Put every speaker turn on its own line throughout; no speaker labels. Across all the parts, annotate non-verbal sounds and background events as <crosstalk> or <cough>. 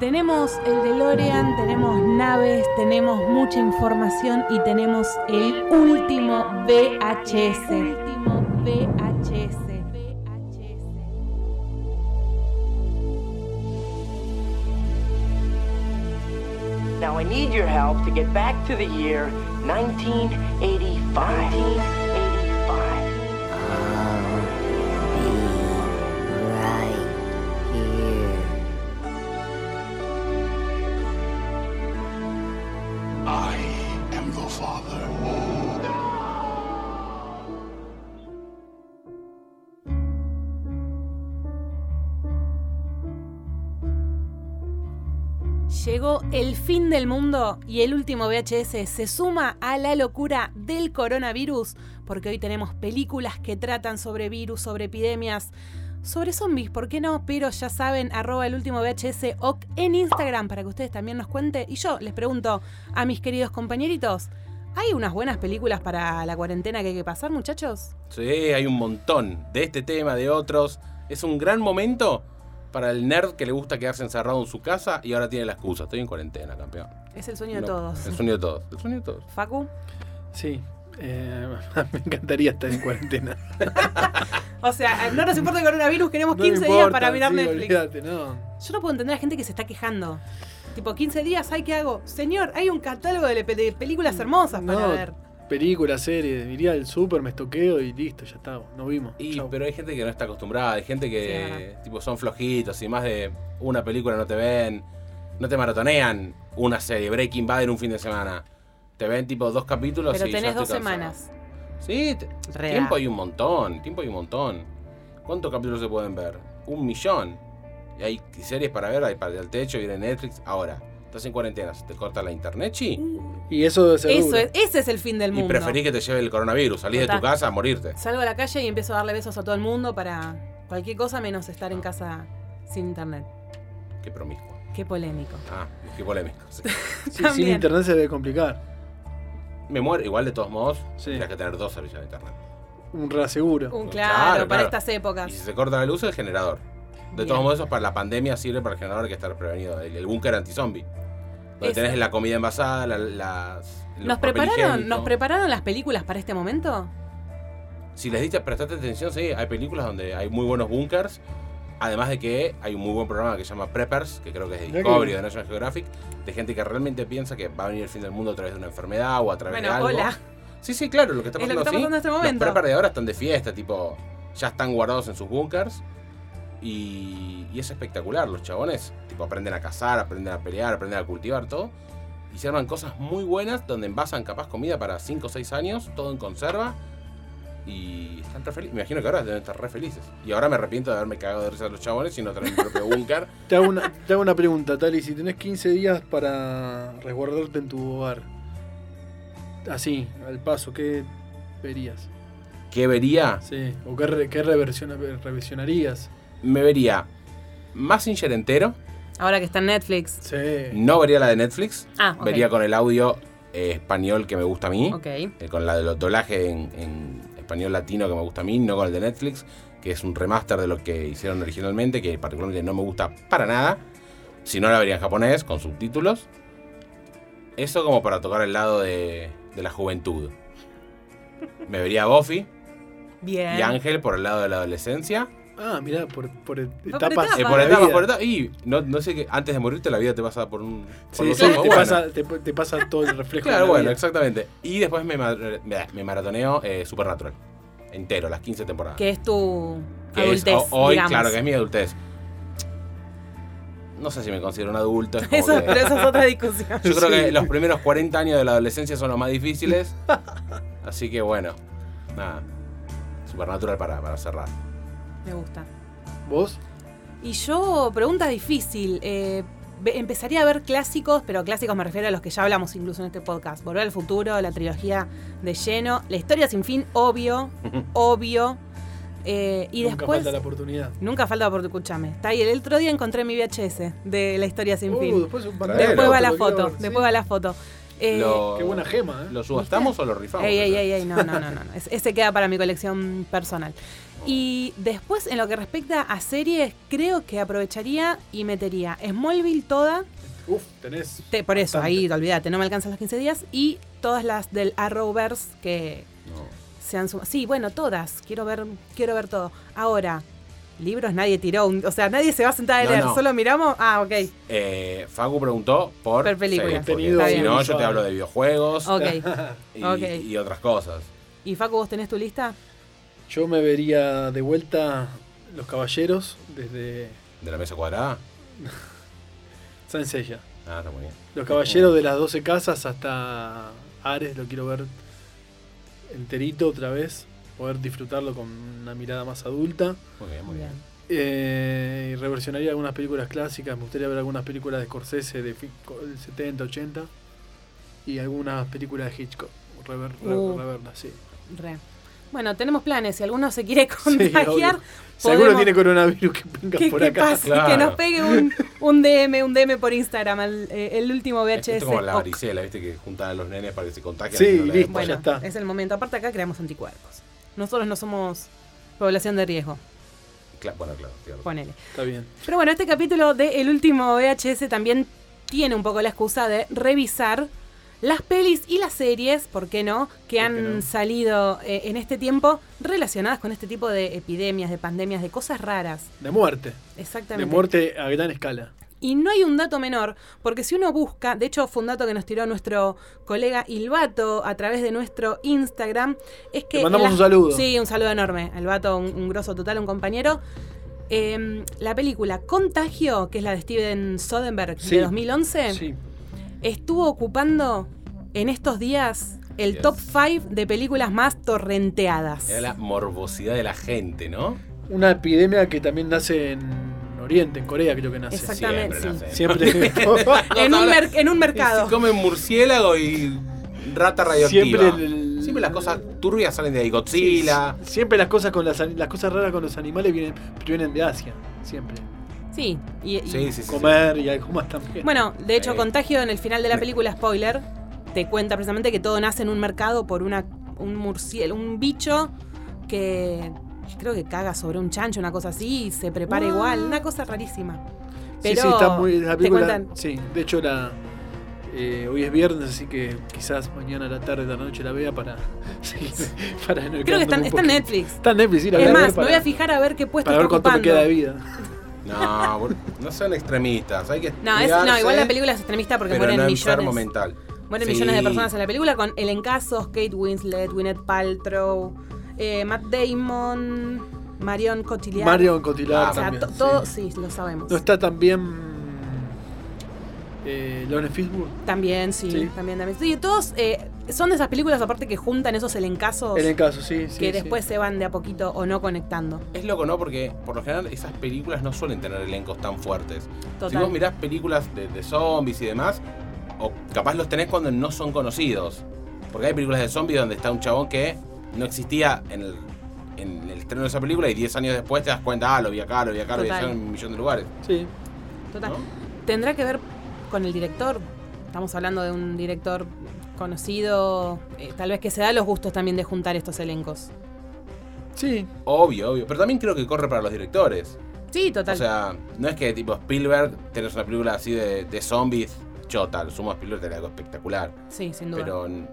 Tenemos el DeLorean, tenemos naves, tenemos mucha información y tenemos el último VHS. El último VHS.
Now I need your help to get back to the year 1985. 1985.
I am the father.
Llegó el fin del mundo y el último VHS se suma a la locura del coronavirus, porque hoy tenemos películas que tratan sobre virus, sobre epidemias, sobre zombies, ¿por qué no? Pero ya saben, arroba el último VHS OC en Instagram para que ustedes también nos cuenten. Y yo les pregunto a mis queridos compañeritos, ¿hay unas buenas películas para la cuarentena que hay que pasar, muchachos?
Sí, hay un montón de este tema, de otros. Es un gran momento para el nerd que le gusta quedarse encerrado en su casa y ahora tiene la excusa. Estoy en cuarentena, campeón.
Es el sueño de
No,
todos.
El sueño de todos. El sueño de todos.
Facu.
Sí. eh, <laughs> me encantaría estar
<laughs>
en cuarentena.
O sea, no nos importa el coronavirus, queremos
No me
15 días
importa,
para mirar
sí,
Netflix.
olvídate, no.
Yo no puedo entender a la gente que se está quejando. Tipo, 15 días, ¿ay qué hago? Señor, hay un catálogo de, le- de películas hermosas para
No.
ver.
Películas, series, iría al súper, me estoqueo y listo, ya está. Nos vimos.
Y,
Chau.
pero hay gente que no está acostumbrada, hay gente
Sí, es
que tipo son flojitos y más de una película no te ven, no te maratonean una serie, Breaking Bad en un fin de semana. Te ven tipo dos capítulos
Pero
y ya
tenés
estoy
dos
cansado.
semanas.
Sí, te-
Re
tiempo
da.
hay un montón, tiempo hay un montón. ¿Cuántos capítulos se pueden ver? Un millón. Y hay series para ver, hay para el techo, ir a Netflix. Ahora, estás en cuarentena, ¿se te corta la internet, chi?
Y eso de
Eso
seguro.
es, ese es el fin del
Y
mundo.
preferís que te lleve el coronavirus, salís de tu
Total.
casa a morirte.
Salgo a la calle y empiezo a darle besos a todo el mundo para cualquier cosa menos estar en casa sin internet.
Qué promiscuo.
Qué polémico.
Ah, qué polémico.
<laughs>
sí.
Sí, sin
También.
internet se debe complicar.
Me muero, igual de todos modos,
Sí.
tendrás que tener dos servicios de internet.
Un reaseguro.
Un claro,
Claro,
para
claro.
estas
Y si
épocas.
se corta la luz, el generador. De
Bien.
todos modos, eso para la pandemia sirve para el generador hay que estar prevenido. El, el búnker antizombie. Donde
Eso.
tenés la comida envasada, la- las. los
¿Nos
papel
prepararon,
higiénico.
¿Nos prepararon las películas para este momento?
Si les diste, prestaste atención, sí, hay películas donde hay muy buenos bunkers. Además de que hay un muy buen programa que se llama Preppers, que creo que es de
Mirá que
Discovery,
bien.
de National Geographic, de gente que realmente piensa que va a venir el fin del mundo a través de una enfermedad o a través de
Bueno,
algo.
hola.
Sí, sí, claro, lo que está
Es
pasando,
lo que está
sí.
pasando en este momento.
Los preppers de ahora están de fiesta, tipo, ya están guardados en sus bunkers. Y, y es espectacular, los chabones, tipo, aprenden a cazar, aprenden a pelear, aprenden a cultivar, todo. Y se arman cosas muy buenas donde envasan capaz comida para 5 o 6 años, todo en conserva. Y están re felices. Me imagino que ahora deben estar re felices. Y ahora me arrepiento de haberme cagado de risa a los chabones y no tener mi propio <laughs> búnker.
Te
<laughs>
hago, una, te hago una pregunta, Tali. Si tenés 15 días para resguardarte en tu hogar, así, al paso, ¿qué verías?
¿Qué vería?
Sí. ¿O qué, re- qué reversiona- reversionarías?
Me vería más entero
Ahora que está en Netflix.
Sí.
No vería la de Netflix.
Ah, ok.
Vería con el audio eh, español que me gusta a mí.
Ok.
eh, con la de los doblajes en, en español latino que me gusta a mí, no con el de Netflix, que es un remaster de lo que hicieron originalmente, que particularmente no me gusta para nada. Si no la vería en japonés, con subtítulos. Eso como para tocar el lado de, de la juventud. Me vería Buffy
Bien.
y Ángel por el lado de la adolescencia.
Ah, mirá, por, por
por
etapas.
etapas.
Eh,
Ah,
por
la
etapas,
vida.
por etapas. Y no, no sé qué, antes de morirte la vida te pasa por un. por
Sí,
los
sí,
ojos,
te,
bueno.
pasa, te, pa- te pasa todo el reflejo.
Claro,
de la
bueno,
vida.
exactamente. Y después me, ma- me- me maratoneo eh, Supernatural. Entero, las 15 temporadas.
Que es tu
Que es
adultez,
ho- hoy,
digamos.
claro, que es mi adultez. No sé si me considero un
<laughs>
adulto. es como
Eso,
que-
pero esa es otra discusión.
<laughs> yo creo que los primeros 40 años de la adolescencia son los más difíciles. Así que bueno, nada. Supernatural para, para cerrar.
Me gusta.
¿Vos?
Y yo, pregunta difícil. eh, ve- empezaría a ver clásicos, pero clásicos me refiero a los que ya hablamos incluso en este podcast. Volver al futuro, la trilogía de lleno, la historia sin fin, obvio, obvio. Eh, y
Nunca
después.
falta la oportunidad.
Nunca falta por escucharme. Está ahí. El otro día encontré mi VHS de la historia sin
Uh,
fin.
después un
Claro.
pantalla,
Después
lo
va la
lo quiero
foto.
ver, sí.
Después va la foto. Eh,
Lo-
Qué buena gema, ¿eh?
¿Lo subastamos o lo rifamos?
Ey, ey, ey, ey, no, no, no, no. no. Es- Ese queda para mi colección personal. Y después, en lo que respecta a series, creo que aprovecharía y metería Smallville toda,
Uf, tenés.
te- por eso,
bastante.
ahí olvídate, no me alcanzan los 15 días, y todas las del Arrowverse que se han sumado. Sí, bueno, todas, quiero ver, quiero ver todo. Ahora, libros nadie tiró, un- o sea, nadie se va a sentar a
No,
leer,
no.
solo miramos, ah, ok,
Eh, Facu preguntó
Por
por,
películas.
series, porque
Contenido
si no, yo
audiovisual.
te hablo de videojuegos
ok.
y,
ok.
y otras cosas.
¿Y Facu, vos tenés tu lista?
<laughs> Yo me vería de vuelta Los Caballeros desde
¿De la mesa cuadrada?
Sansella.
Ah, está muy bien.
Los Caballeros de las 12 Casas hasta Ares, lo quiero ver enterito otra vez. Poder disfrutarlo con una mirada más adulta.
Muy bien, muy bien.
Eh, y reversionaría algunas películas clásicas. Me gustaría ver algunas películas de Scorsese de fi- co- del 70, 80. Y algunas películas de Hitchcock. Rever, re-
Uh.
reverlas, sí.
Re. Bueno, tenemos planes, si alguno se quiere
Sí,
contagiar,
obvio. Seguro
podemos-
tiene coronavirus que venga
que,
por
que
acá.
pase,
Claro.
que nos pegue un, un DM, un DM por Instagram, el, eh, el último VHS.
Esto es Este como la
Ok.
varicela, ¿viste? Que juntan a los nenes para que se contagien.
Sí,
y no le den
listo,
bola.
ya
Bueno,
está.
es el momento. Aparte acá creamos anticuerpos. Nosotros no somos población de riesgo,
Cla- bueno, claro, cierto.
ponele.
Está bien.
Pero bueno, este capítulo de El último VHS también tiene un poco la excusa de revisar las pelis y las series, ¿por qué no?, que han
no?
salido eh, en este tiempo relacionadas con este tipo de epidemias, de pandemias, de cosas raras.
De muerte. De
Exactamente.
muerte a gran escala.
Y no hay un dato menor, porque si uno busca, de hecho fue un dato que nos tiró nuestro colega Ilvato a través de nuestro Instagram, es que...
Le mandamos
la-
un saludo.
Sí, un saludo enorme. El vato, un, un grosso total, un compañero. Em, la película Contagio, que es la de Steven Soderbergh
Sí.
de 2011,
Sí.
estuvo ocupando en estos días el
Yes.
top 5 de películas más torrenteadas.
Era la morbosidad de la gente, ¿no?
Una epidemia que también nace en Oriente, en Corea creo que nace.
Exacto. Exactamente,
Siempre,
sí.
nace.
Siempre.
En un,
Ahora-
mer- en un mercado.
Si comen murciélago y rata radioactiva.
Siempre
Siempre,
el-
las cosas turbias salen de ahí. Godzilla.
Siempre las cosas con las, ani- las cosas raras con los animales vienen, vienen de Asia. Siempre.
Sí, y- y-
Sí, sí, sí. sí.
Comer y algo más también.
Bueno, de hecho,
Eh.
Contagio en el final de la película, spoiler, te cuenta precisamente que todo nace en un mercado por una, un murciélago, un bicho que creo que caga sobre un chancho, una cosa así, y se prepara igual, una cosa rarísima. Pero
sí, sí, está muy. La
te
película,
cuentan-
sí, de hecho, la, eh, hoy es viernes, así que quizás mañana a la tarde, a la noche la vea para. <laughs> seguir- para
Creo que está, está en
Netflix.
Netflix.
Está en Netflix, sí, la voy
Es
a ver
más, me
para-
voy a fijar a ver qué puesto
Para ver
está
cuánto me
ocupando.
queda de vida.
No, bol- no sean extremistas. Hay que
No, es- no,
cuidarse,
igual la película es extremista porque
Pero
mueren
no enfermo
millones.
mental.
Mueren
Sí.
millones de personas en la película con Ellen Casos, Kate Winslet, Gwyneth Paltrow, eh, Matt Damon, Marion Cotillard.
Mario Cotilar.
Ah,
O sea,
también,
to-
sí.
todo, sí. lo sabemos.
No está también. Eh, Lawrence Fishburne.
También, sí,
Sí.
también, también. Sí, todos eh, son de esas películas aparte que juntan esos elencazos
En el caso, sí. sí
que
sí.
después se van de a poquito o no conectando.
Es loco, ¿no? Porque por lo general esas películas no suelen tener elencos tan fuertes. Si
Total.
vos mirás películas de, de zombies y demás, o capaz los tenés cuando no son conocidos. Porque hay películas de zombies donde está un chabón que no existía en el, en el estreno de esa película y 10 años después te das cuenta, ah, lo vi acá, lo vi acá, lo vi
Total.
allá en un millón de lugares.
Sí.
Total.
¿no?
Tendrá que ver con el director. Estamos hablando de un director conocido, eh, tal vez que se da los gustos también de juntar estos elencos.
Sí.
Obvio, obvio. Pero también creo que corre para los directores.
Sí, total.
O sea, no es que tipo Spielberg tenés una película así de, de zombies, chota, lo sumo a Spielberg te algo espectacular.
sí, sin duda.
Pero n-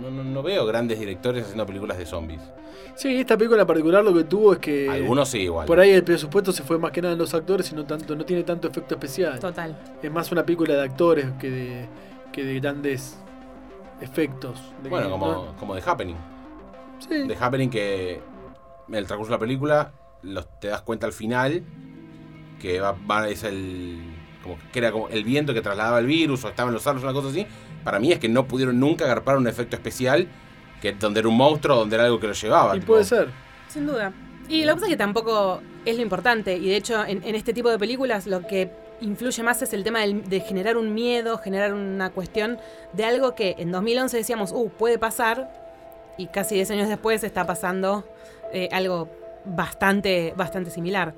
no, no, no veo grandes directores haciendo películas de zombies.
Sí, esta película en particular lo que tuvo es que.
Algunos sí, igual.
Eh, Por ahí el presupuesto se fue más que nada en los actores y no, tanto, no tiene tanto efecto especial.
Total.
Es más una película de actores que de, que de grandes efectos. De
Bueno,
que-
como, como The Happening.
¿no? Sí.
The Happening que en el transcurso de la película los, te das cuenta al final que va, va- es el. Como que era como el viento que trasladaba el virus o estaban los árboles, una cosa así. Para mí es que no pudieron nunca agarpar un efecto especial que donde era un monstruo, donde era algo que lo llevaba.
y
tipo.
puede ser.
Sin duda. Y lo que pasa es que tampoco es lo importante. Y de hecho, en, en este tipo de películas lo que influye más es el tema del- de generar un miedo, generar una cuestión de algo que en 2011 decíamos, uh, puede pasar. Y casi 10 años después está pasando eh, algo bastante, bastante similar.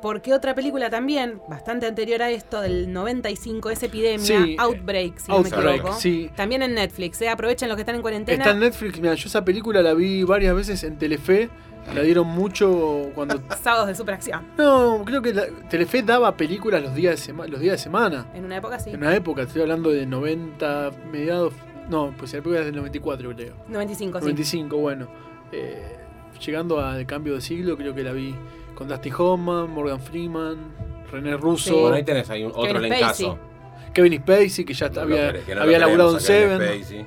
Porque otra película también, bastante anterior a esto, del 95, es Epidemia,
Sí, eh,
Outbreak, si no me
Outbreak,
equivoco.
sí.
También en Netflix, eh, aprovechen los que están en cuarentena.
Está en Netflix, mira, yo esa película la vi varias veces en Telefe La dieron mucho
<laughs>
cuando.
Sábados de superacción.
No, creo que la- Telefe daba películas los días de, sema- los días de semana.
En una época sí.
En una época, estoy hablando de 90, mediados. No, pues la época es del 94, creo.
95, sí.
95, bueno. Eh, llegando al cambio de siglo, creo que la vi con Dusty Hoffman, Morgan Freeman, René Russo,
Bueno, ahí tenés ahí un- otro
Kevin
elencazo.
Spacey.
Kevin Spacey, que ya está-
No lo
había,
querés- que no lo
había
queremos
laburado en
a Kevin
Seven.
Spacey.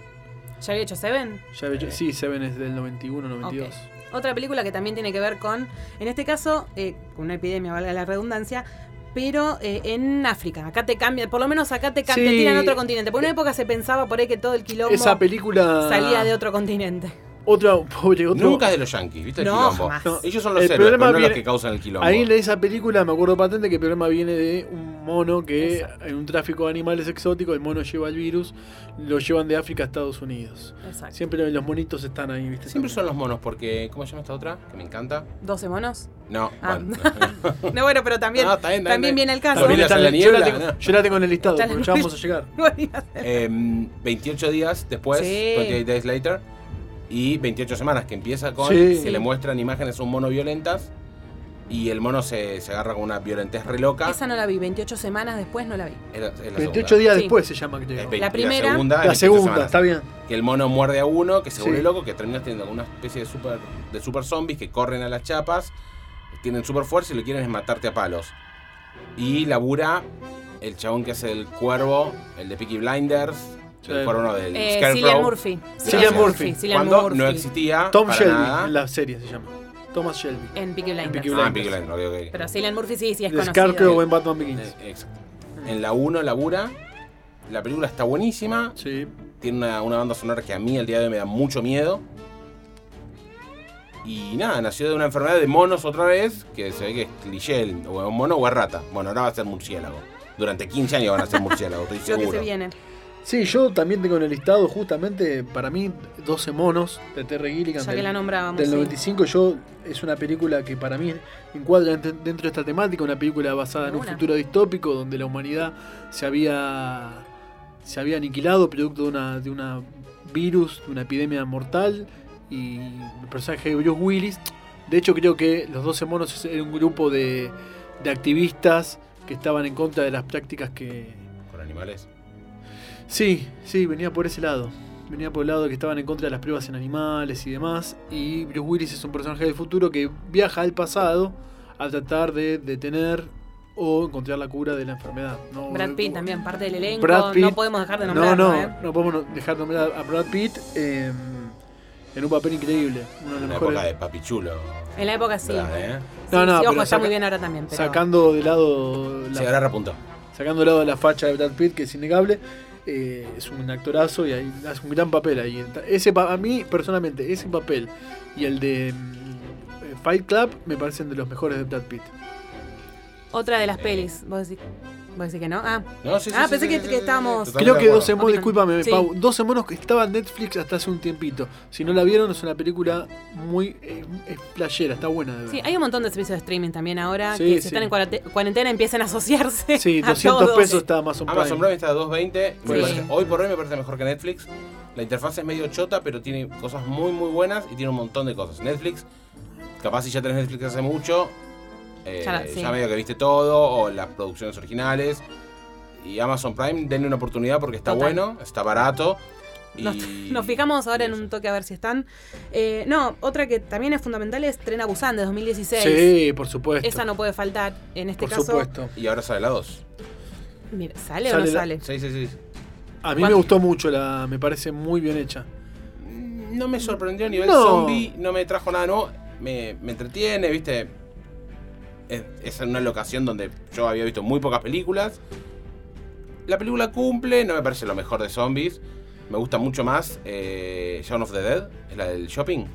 ¿Ya había hecho Seven?
Ya había hecho- sí, Seven es del 91, 92.
Ok. Otra película que también tiene que ver con, en este caso, eh, con una epidemia, valga la redundancia, pero eh, en África. Acá te cambia, por lo menos acá te cambia,
Sí.
te tiran a otro continente.
Eh,
Por una época se pensaba por ahí que todo el quilombo
Esa película.
salía de otro continente.
Otra, <laughs> pobre, otro.
Nunca es de los yankees, ¿viste? El
No,
quilombo.
jamás.
No,
Ellos son los
el
héroes, pero
problema
no los
viene-
que causan el quilombo.
Ahí en esa película me acuerdo patente que el problema viene de un mono que
Exacto.
en un tráfico de animales exóticos, el mono lleva el virus, lo llevan de África a Estados Unidos.
Exacto.
Siempre los monitos están ahí, ¿viste?
Siempre son los monos, porque. ¿Cómo se llama esta otra? Que me encanta.
12 monos.
No,
Ah.
bueno.
No, bueno, pero también,
No, Ah, está bien, está
también
bien.
viene el caso.
También
<laughs>
Gabriela
También Ah, están-
Sala
yo, la
Niebla,
tengo,
¿no?
yo la tengo en el listado,
Ya la
porque ya
vi. <laughs>
vamos a llegar.
<laughs> Em, 28 días después,
Sí.
28 Days Later, y 28 semanas, que empieza con
Sí.
que le muestran imágenes a un mono violentas y el mono se, se agarra con una violentez re loca.
Esa no la vi, 28 semanas después no la vi.
Es la- es la
28
segunda.
días
Sí.
después se llama, creo.
Es 20
La primera.
segunda,
La
28
segunda,
semanas.
está bien.
Que el mono muerde a uno, que se
Sí.
vuelve loco, que terminas teniendo una especie de super, de super zombies que corren a las chapas, tienen super fuerza y lo que quieren es matarte a palos. Y labura el chabón que hace el cuervo, el de Peaky Blinders,
Sí.
el cuervo no, del
Eh,
Scarecrow.
Cillian Murphy.
Cillian
Murphy.
Cillian
cuando
Murphy.
no existía
Tom
para
Shelby,
nada.
la serie se llama. Thomas Shelby.
En Peaky Blinders.
Peaky
Ah, Peaky Blinders, ok, ok.
Pero Cillian Murphy sí, sí es
De
conocido.
Scarecrow en Batman
Eh,
Begins.
Exacto. En la 1 labura. La película está buenísima.
Sí.
Tiene una, una banda sonora que a mí el día de hoy me da mucho miedo. Y nada, nació de una enfermedad de monos otra vez, que se ve que es cliché, el- o es mono o es rata. Bueno, ahora va a ser murciélago. Durante 15 años van a ser murciélago, estoy
Lo que se
seguro.
viene.
Sí, yo también tengo en el listado justamente para mí 12 monos de Terry Gilligan
Ya
del,
que la nombrábamos.
del
sí.
95. Yo es una película que para mí encuadra ent- dentro de esta temática, una película basada en un
Una.
futuro distópico donde la humanidad se había se había aniquilado producto de una de una virus, de una epidemia mortal y el personaje de Bruce Willis. De hecho creo que los 12 monos era un grupo de, de activistas que estaban en contra de las prácticas que
Con animales.
Sí, sí, venía por ese lado. Venía por el lado de que estaban en contra de las pruebas en animales y demás. Y Bruce Willis es un personaje del futuro que viaja al pasado a tratar de detener o encontrar la cura de la enfermedad. No,
Brad Pitt también, parte del elenco.
Brad Pitt.
No podemos dejar de
No,
nombrarlo.
no,
¿eh?
no podemos dejar de nombrar a Brad Pitt eh, en un papel increíble. Uno de
En
los
la
mejores.
época de Papichulo.
En la época sí.
¿verdad, eh?
Sí,
No, no,
sí,
pero
ojo, está
saca-
muy bien ahora también. Pero
Sacando de lado la
Sí, ahora repuntó.
sacando de lado la facha de Brad Pitt, que es innegable, eh, es un actorazo y ahí hace un gran papel ahí. Ese pa- a mí, personalmente, ese papel y el de mm, eh, Fight Club me parecen de los mejores de Brad Pitt.
Otra de las
Eh.
pelis. ¿Vos decís, vos decís que no? Ah,
No, sí, sí,
Ah,
sí,
pensé
sí,
que-
sí,
que
sí,
estábamos-
totalmente
Creo
de
que
acuerdo.
12 monos,
Opinan.
discúlpame,
Sí.
Pau, 12 monos que estaba en Netflix hasta hace un tiempito. Si no la vieron, es una película muy eh, es playera, está buena de ver.
sí, hay un montón de servicios de streaming también ahora.
Sí,
que si
sí.
están en cuarente- cuarentena empiezan a asociarse.
Sí,
<laughs> a
200
todos.
pesos está Amazon Prime.
Amazon Prime está a 2.20. me
Sí.
parece- Hoy por hoy me parece mejor que Netflix. La interfaz es medio chota, pero tiene cosas muy, muy buenas y tiene un montón de cosas. Netflix, capaz si ya tenés Netflix hace mucho, eh,
Ya la-
ya,
sí.
medio que viste todo, o las producciones originales. Y Amazon Prime, denle una oportunidad porque está
Total.
bueno, está barato. Y...
Nos, nos fijamos ahora en un toque a ver si están. Eh, no, otra que también es fundamental es Tren a Busan de 2016.
Sí, por supuesto.
Esa no puede faltar. En este
por
caso,
supuesto.
Y ahora sale la 2.
mira, ¿sale, o
Sale
no
la-
sale?
Sí, sí, sí.
A mí me
¿Cuánto?
gustó mucho, la, me parece muy bien hecha.
No me sorprendió a nivel
No.
zombie, no me trajo nada nuevo. Me, me entretiene, viste. Es, es en una locación donde yo había visto muy pocas películas. La película cumple, no me parece lo mejor de zombies. Me gusta mucho más eh, Shaun of the Dead, es la del shopping.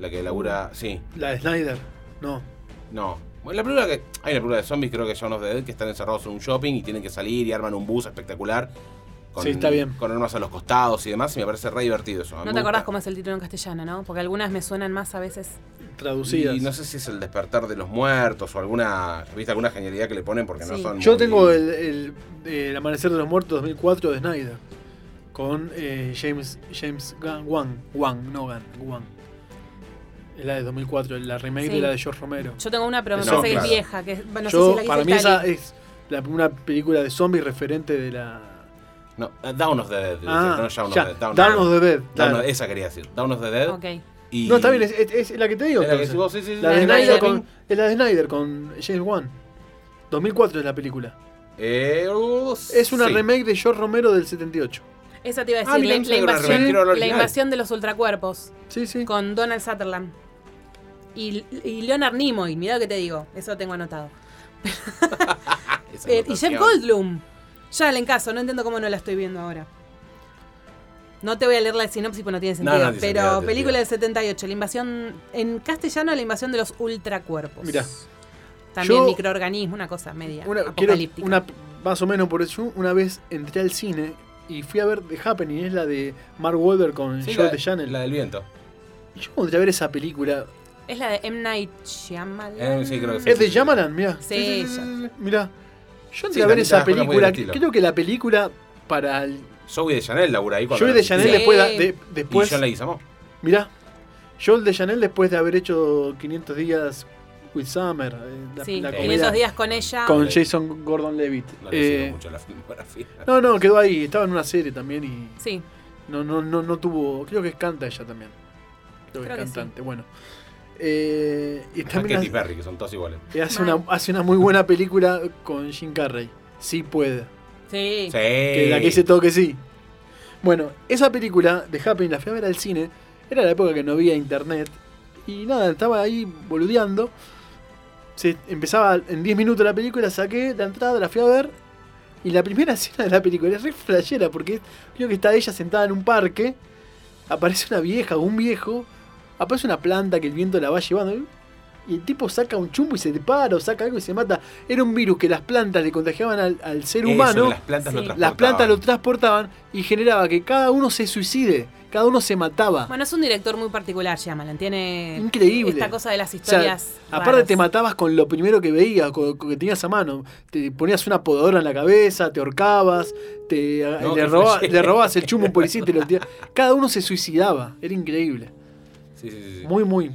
La que labura.
Uh.
Sí,
La de Snyder, no.
no. Bueno, la película que. Hay una película de zombies, creo que es Shaun of the Dead, que están encerrados en un shopping y tienen que salir y arman un bus espectacular.
Sí, está bien.
Con armas a los costados y demás, y me parece re divertido eso.
No te acordás cómo es el título en castellano, ¿no? Porque algunas me suenan más a veces.
Traducidas.
Y no sé si es el despertar de los muertos o alguna. ¿Viste alguna genialidad que le ponen? Porque no
Sí.
son.
Yo
muy-
tengo el, el, eh, el Amanecer de los Muertos 2004 de Snyder con eh, James James Gunn, Wan, Wan, no Gunn, Wan. Es la de 2004, la remake
Sí.
de la de George Romero.
Yo tengo una, pero me
No,
parece que
claro.
es vieja. Que, es- no
Yo,
sé si la
para
hizo
mí esa
Italia.
es la, una película de zombies referente de la...
No, eh, Down of the Dead.
Ah,
no, Shaun of
ya,
the Dead, Dawn
Dawn of the Dead.
Dawn
claro.
of- esa quería decir. Down of the Dead.
Ok.
Y
No, está bien, es, es- es la que te digo.
es la que
entonces.
decís vos, sí, sí, sí.
La de
La de
Snyder
Snyder.
con, es la de Snyder con James Wan. 2004 es la película.
Eh, uh,
Es una
sí.
remake de George Romero del 78.
Esa te iba a
Ah,
decir, la-
mira, no
la,
sabía que era
invasión,
remake, era la
la
original.
invasión de los ultracuerpos
Sí, sí.
con Donald Sutherland. Y, y Leonard Nimoy, mirá lo que te digo, eso tengo anotado.
Esa
Eh, y
anotación.
Jeff Goldblum. Ya en caso, no entiendo cómo no la estoy viendo ahora. No te voy a leer la sinopsis porque no tiene sentido.
no tiene
pero
sentido, tiene
película del
sentido.
78, la invasión, en castellano, la invasión de los ultracuerpos.
Mirá.
También
Yo-
microorganismo, una cosa media.
Una, quiero
apocalíptica.
una, más o menos por eso, una vez entré al cine y fui a ver The Happening, es la de Mark Wahlberg con
Sí,
Joe
la,
de Channel.
la del viento.
Y yo cuando entré a ver esa película,
Es la de M. Night Shyamalan.
Eh, sí, creo que sí.
es de Yamalan, mirá.
Sí, ya.
Mirá.
Sí,
Yo entré a ver
también
esa
trabaja muy
película,
del estilo.
creo que la película para el
Joey de Chanel labura ahí cuando.
Joe
era
de
chiquito.
Chanel
Sí.
después, de- de-
Y
después
John Leguizamo.
Mirá, Joel de Chanel después de haber hecho 500 días with Summer, eh, la,
Sí,
la
Eh,
en
comedia
esos días con ella.
con Jason Gordon-Levitt.
No le
Eh,
sirve mucho la filmografía.
no, no, quedó ahí, estaba en una serie también y
Sí,
no, no, no, no tuvo, creo que canta ella también. Creo que
Creo
es
que
cantante, bueno. Eh, y
Más
también
Katy
hace,
Perry, que son todos iguales.
eh, hace una, hace una muy buena película con Jim Carrey, Sí puede,
sí.
Sí.
que la que dice todo que sí. Eh, Bueno, esa película de Happening, la fui a ver al cine, era la época que no había internet. Y nada, estaba ahí boludeando. Se empezaba en 10 minutos la película, saqué la entrada, la fui a ver. Y la primera <laughs> escena de la película es re flashera, porque creo que está ella sentada en un parque. Aparece una vieja o un viejo. Aparece una planta que el viento la va llevando. Y el tipo saca un chumbo y se dispara o saca algo y se mata. Era un virus que las plantas le contagiaban al, al ser
Eso,
humano.
que Las plantas
Sí.
lo
Las
Las
transportaban.
plantas lo transportaban y generaba que cada uno se suicide, cada uno se mataba.
Bueno, es un director muy particular, Shyamalan. Tiene
Increíble.
esta cosa de las
O sea,
historias.
aparte
raras.
te matabas con lo primero que veías, con, con lo que tenías a mano. Te ponías una podadora en la cabeza, te ahorcabas, te, eh,
No,
le,
qué
roba-
flashero.
le robabas el chumbo a un policía y te lo tirabas. Cada uno se suicidaba, era increíble.
Sí, sí, sí, sí.
Muy, muy.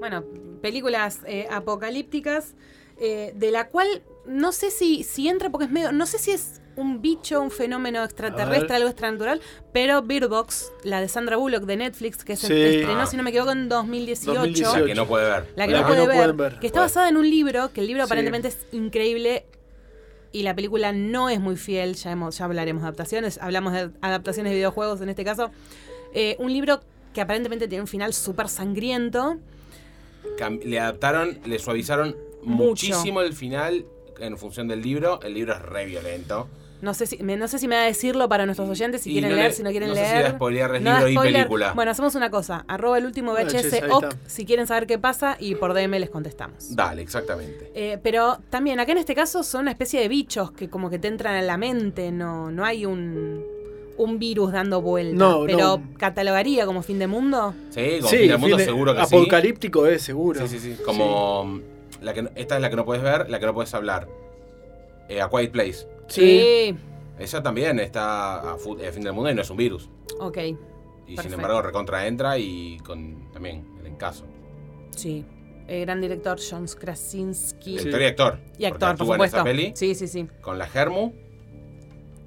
Bueno, películas eh, apocalípticas, eh, de la cual no sé si, si entra, porque es medio. No sé si es un bicho, un fenómeno
A ver.
extraterrestre, algo extranatural, pero Bird Box, la de Sandra Bullock de Netflix, que se
Sí.
estrenó,
Ah.
si no me equivoco, en 2018.
2018.
La que no puede ver.
La que
La
no
que
puede
no
ver,
pueden ver.
Que está
Bueno.
basada en un libro, que el libro
Sí.
aparentemente es increíble y la película no es muy fiel. Ya, hemos, ya hablaremos de adaptaciones. Hablamos de adaptaciones de videojuegos en este caso. Eh, un libro que aparentemente tiene un final súper sangriento.
Cam- Le adaptaron, le suavizaron
Mucho.
muchísimo el final en función del libro. El libro es re violento.
No sé si me, no sé si me va a decirlo para nuestros oyentes si
Y
quieren
no le-
leer, si no quieren
no sé si
leer.
da spoilear
No da
libro y
spoiler.
película.
Bueno, hacemos una cosa. Arroba el último
VHS,
VHS
ahí
OC
está.
si quieren saber qué pasa y por DM les contestamos.
Dale, exactamente.
Eh, pero también, acá en este caso son una especie de bichos que como que te entran a la mente, no, no hay un, un virus dando vuelta.
No,
pero
no.
catalogaría como fin de mundo.
Sí, como fin del mundo
fin de-
seguro que sí.
apocalíptico es seguro.
Sí, sí, sí. Como mm, la que no- esta es la que no puedes ver, la que no puedes hablar. Eh, a Quiet Place.
Sí.
Ella también está a, fu- eh, fin del mundo y no es un virus.
Sí, ok,
Y sin
Perfecto.
embargo recontra entra y con también el encaso.
sí. Eh, gran director John Krasinski.
Director y actor.
Y
porque
actor, por
actúa en esa
supuesto.
peli
Sí, sí, sí.
con la Germu.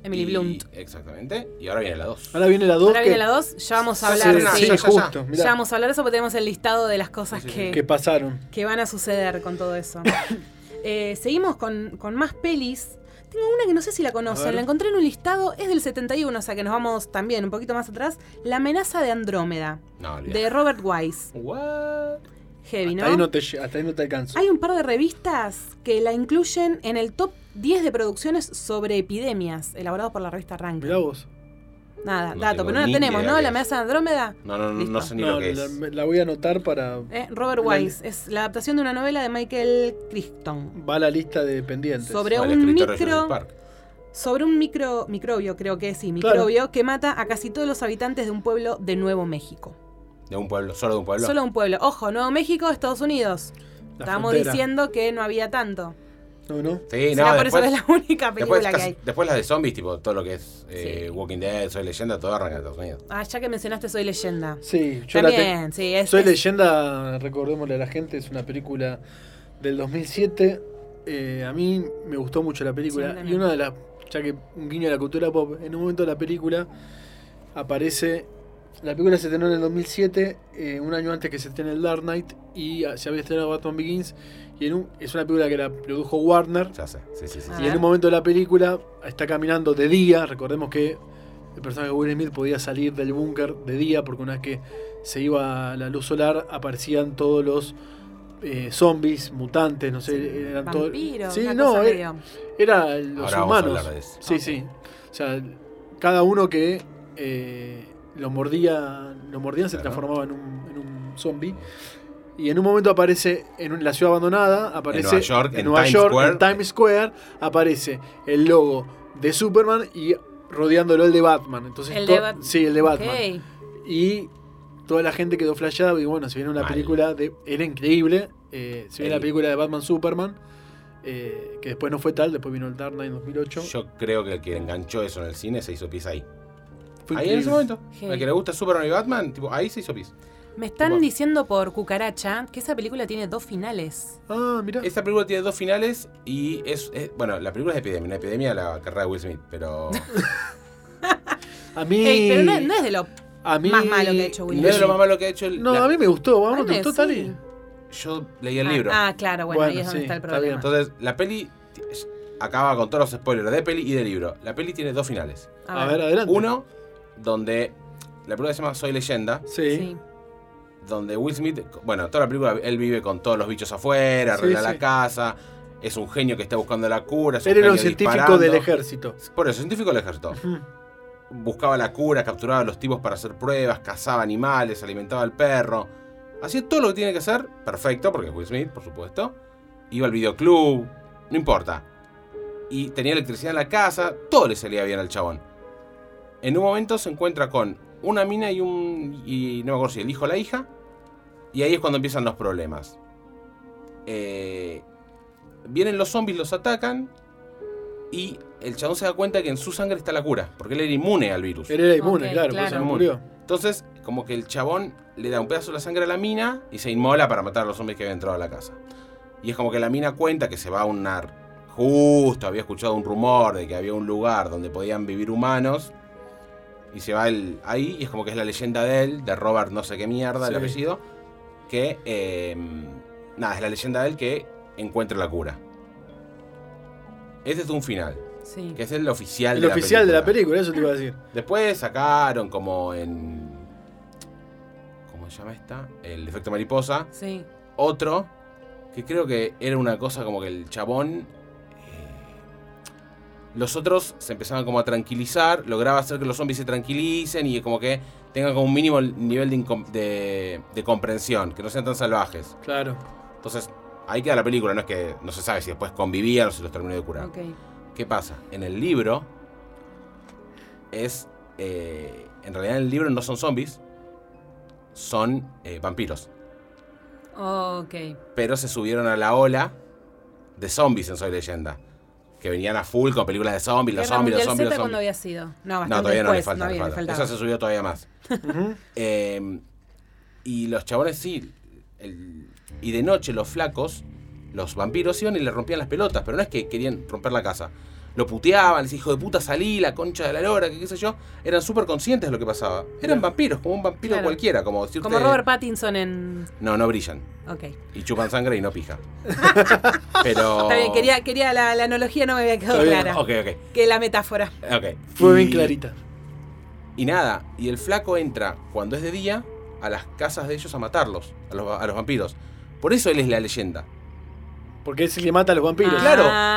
Emily
y-
Blunt.
Exactamente. Y ahora viene la 2.
Ahora viene la 2.
Ahora viene la 2, ya vamos a hablar. sí.
Sí,
Sí,
ya, ya, ya.
justo. mirá,
Ya vamos eh. a hablar de eso porque tenemos el listado de las cosas
Sí, sí, sí.
que,
que pasaron.
que van a suceder con todo eso.
<coughs>
Eh, seguimos con, con más pelis. Tengo una que no sé si la
A
conocen,
ver.
la encontré en un listado, es del 71, o sea que nos vamos también un poquito más atrás. La amenaza de Andrómeda,
No, olvidá.
de Robert Wise.
What?
Heavy,
Hasta, ahí
¿no?
no te, lle- hasta ahí no te alcanzo.
Hay un par de revistas que la incluyen en el top 10 de producciones sobre epidemias, elaborado por la revista Rank.
Mirá vos.
Nada,
No
dato,
tengo
pero no la
ni
tenemos,
idea
¿no?
qué
La
es.
amenaza de Andrómeda.
No, no, no, no
Listo.
sé ni
No,
lo que
la,
es.
la voy a anotar para...
Eh, Robert
La-
Wise es la adaptación de una novela de Michael Crichton.
Va a la lista de pendientes.
Sobre
O el
un
escritor de
micro.
Jurassic Park.
sobre un micro, microbio, creo que sí,
Claro.
microbio, que mata a casi todos los habitantes de un pueblo de Nuevo México.
De un pueblo, solo de un pueblo.
Solo un pueblo. Ojo, Nuevo México, Estados Unidos.
La
Estábamos
frontera.
diciendo que no había tanto.
No, no.
Sí,
Será
no,
por
después,
eso que es la <laughs> única película
<laughs> después,
que
casi-
hay.
después las de zombies, tipo todo lo que es eh,
Sí.
Walking Dead, Soy Leyenda, todo arranca en Estados Unidos.
Ah, ya que mencionaste Soy Leyenda.
Sí, yo la tengo.
También, sí. Es,
Soy
es-
leyenda, recordémosle a la gente, es una película del 2007. Eh, a mí me gustó mucho la
Sí,
película.
también.
y una de las, ya que un guiño a la cultura pop, en un momento de la película aparece... La película se estrenó en el 2007, eh, un año antes que se estrene el Dark Knight, y ah, se había estrenado Batman Begins, y en un- es una película que la produjo Warner,
Ya sé, sí, sí, sí.
Ah.
sí.
y en un momento de la película está caminando de día. Recordemos que el personaje de Will Smith podía salir del búnker de día porque una vez que se iba la luz solar aparecían todos los eh, zombies, mutantes, no sé, eran todo-
Vampiro,
Sí,
una
no, eh,
cosa
era-
medio-
eran los
Ahora vamos a
humanos.
hablar de eso.
Sí,
Ok.
sí. O sea, cada uno que eh, lo mordía, lo mordían se
Claro.
transformaba en un, en un zombie. Y en un momento aparece en un- la ciudad abandonada, aparece
Nueva York, en
Nueva
Times
York,
Square.
en Times Square, aparece el logo de Superman y rodeándolo el de Batman. Entonces,
El
to-
de Bat-
sí, el de Batman.
Ok.
Y toda la gente quedó flasheada. Y bueno, se viene una
Mal.
película de. Era increíble. eh, se viene
El-
la película de Batman Superman. eh, que después no fue tal. Después vino el Dark Knight en 2008.
Yo creo que el que enganchó eso en el cine se hizo pis ahí.
Fue
ahí en ese
increíble.
momento.
Heavy.
Al que le gusta Superman y Batman, tipo, ahí se hizo pis.
Me están
Tipo-
diciendo por cucaracha que esa película tiene dos finales.
Ah, mira.
Esta película tiene dos finales y es, es- Bueno, la película es Epidemia, una epidemia la carrera de Will Smith,
<laughs>
pero.
A mí.
Ey, pero no, no es de lo.
a mí,
más malo que ha hecho Will
no es lo más malo que ha hecho el.
No,
la-
a mí me gustó.
A mí
Vamos, ¿te
me-
gustó,
sí.
Tali?
Yo leí el
Ah,
libro.
Ah, claro, bueno,
Bueno,
ahí es donde
sí,
está el
está bien.
problema.
Entonces, la peli t- acaba con todos los spoilers de peli y de libro. La peli tiene dos finales.
A ver, adelante.
Uno, donde la película se llama Soy Leyenda,
Sí.
Sí.
donde Will Smith, bueno, toda la película él vive con todos los bichos afuera,
Sí,
arregla
sí.
la casa, es un genio que está buscando la cura, es un
Él era un
genio
científico
disparando.
del ejército.
Por eso, científico del ejército.
Ujú.
Buscaba la cura, capturaba a los tipos para hacer pruebas, cazaba animales, alimentaba al perro. Hacía todo lo que tiene que hacer, perfecto, porque es Will Smith, por supuesto. Iba al videoclub, no importa. Y tenía electricidad en la casa, todo le salía bien al chabón. En un momento se encuentra con una mina y un. y no me acuerdo si el hijo o la hija. Y ahí es cuando empiezan los problemas. Eh, vienen los zombies, los atacan. Y el chabón se da cuenta que en su sangre está la cura, porque él era inmune al virus.
Él era inmune,
Ok,
claro, por eso
claro.
murió.
Entonces, como que el chabón le da un pedazo de la sangre a la mina y se inmola para matar a los zombies que habían entrado a la casa. Y es como que la mina cuenta que se va a un nar. Justo había escuchado un rumor de que había un lugar donde podían vivir humanos. Y se va el- ahí, y es como que es la leyenda de él, de Robert no sé qué mierda,
Sí.
el apellido. Que, eh, nada, es la leyenda de él que encuentra la cura. Ese es un final,
Sí.
que es el oficial
El
de la
oficial de la
película.
película, eso te iba a decir.
Después sacaron como en. ¿Cómo se llama esta? El efecto mariposa.
Sí.
Otro que creo que era una cosa como que el chabón. eh, Los otros se empezaban como a tranquilizar, lograba hacer que los zombies se tranquilicen y como que tengan como un mínimo nivel de, incom- de- de comprensión, que no sean tan salvajes.
Claro.
Entonces, ahí queda la película, no es que no se sabe si después convivían o se los terminó de curar.
Ok.
¿Qué pasa? En el libro es... eh, en realidad en el libro no son zombies, son eh, vampiros.
Ok.
Pero se subieron a la ola de zombies en Soy Leyenda. Que venían a full con películas de zombies, los
Guerra
zombies, los
Mundial Z,
zombies, los
cuándo
zombies.
había sido? No, bastante
No, todavía no le
después,
falta, le
había-
falta.
faltaba.
Eso se subió todavía más.
Ujú.
Eh, y los chabones sí. el- y de noche los flacos, los vampiros iban y le rompían las pelotas, pero no es que querían romper la casa. Lo puteaban, les decía, hijo de puta salí, la concha de la lora, que qué sé yo. Eran súper conscientes de lo que pasaba. Eran vampiros, como un vampiro
Claro.
cualquiera, como decirte-
Como Robert Pattinson en.
No, no brillan.
Ok.
Y chupan sangre y no
<laughs>
pija. pero...
Está bien, quería, quería la, la analogía, no me había quedado
Está bien,
clara.
Ok, ok,
Que la metáfora.
ok.
Fue bien
Y-
clarita.
Y nada, y el flaco entra cuando es de día a las casas de ellos a matarlos, a los, a los vampiros. Por eso él es la leyenda.
Porque es el que mata a los vampiros.
Ah,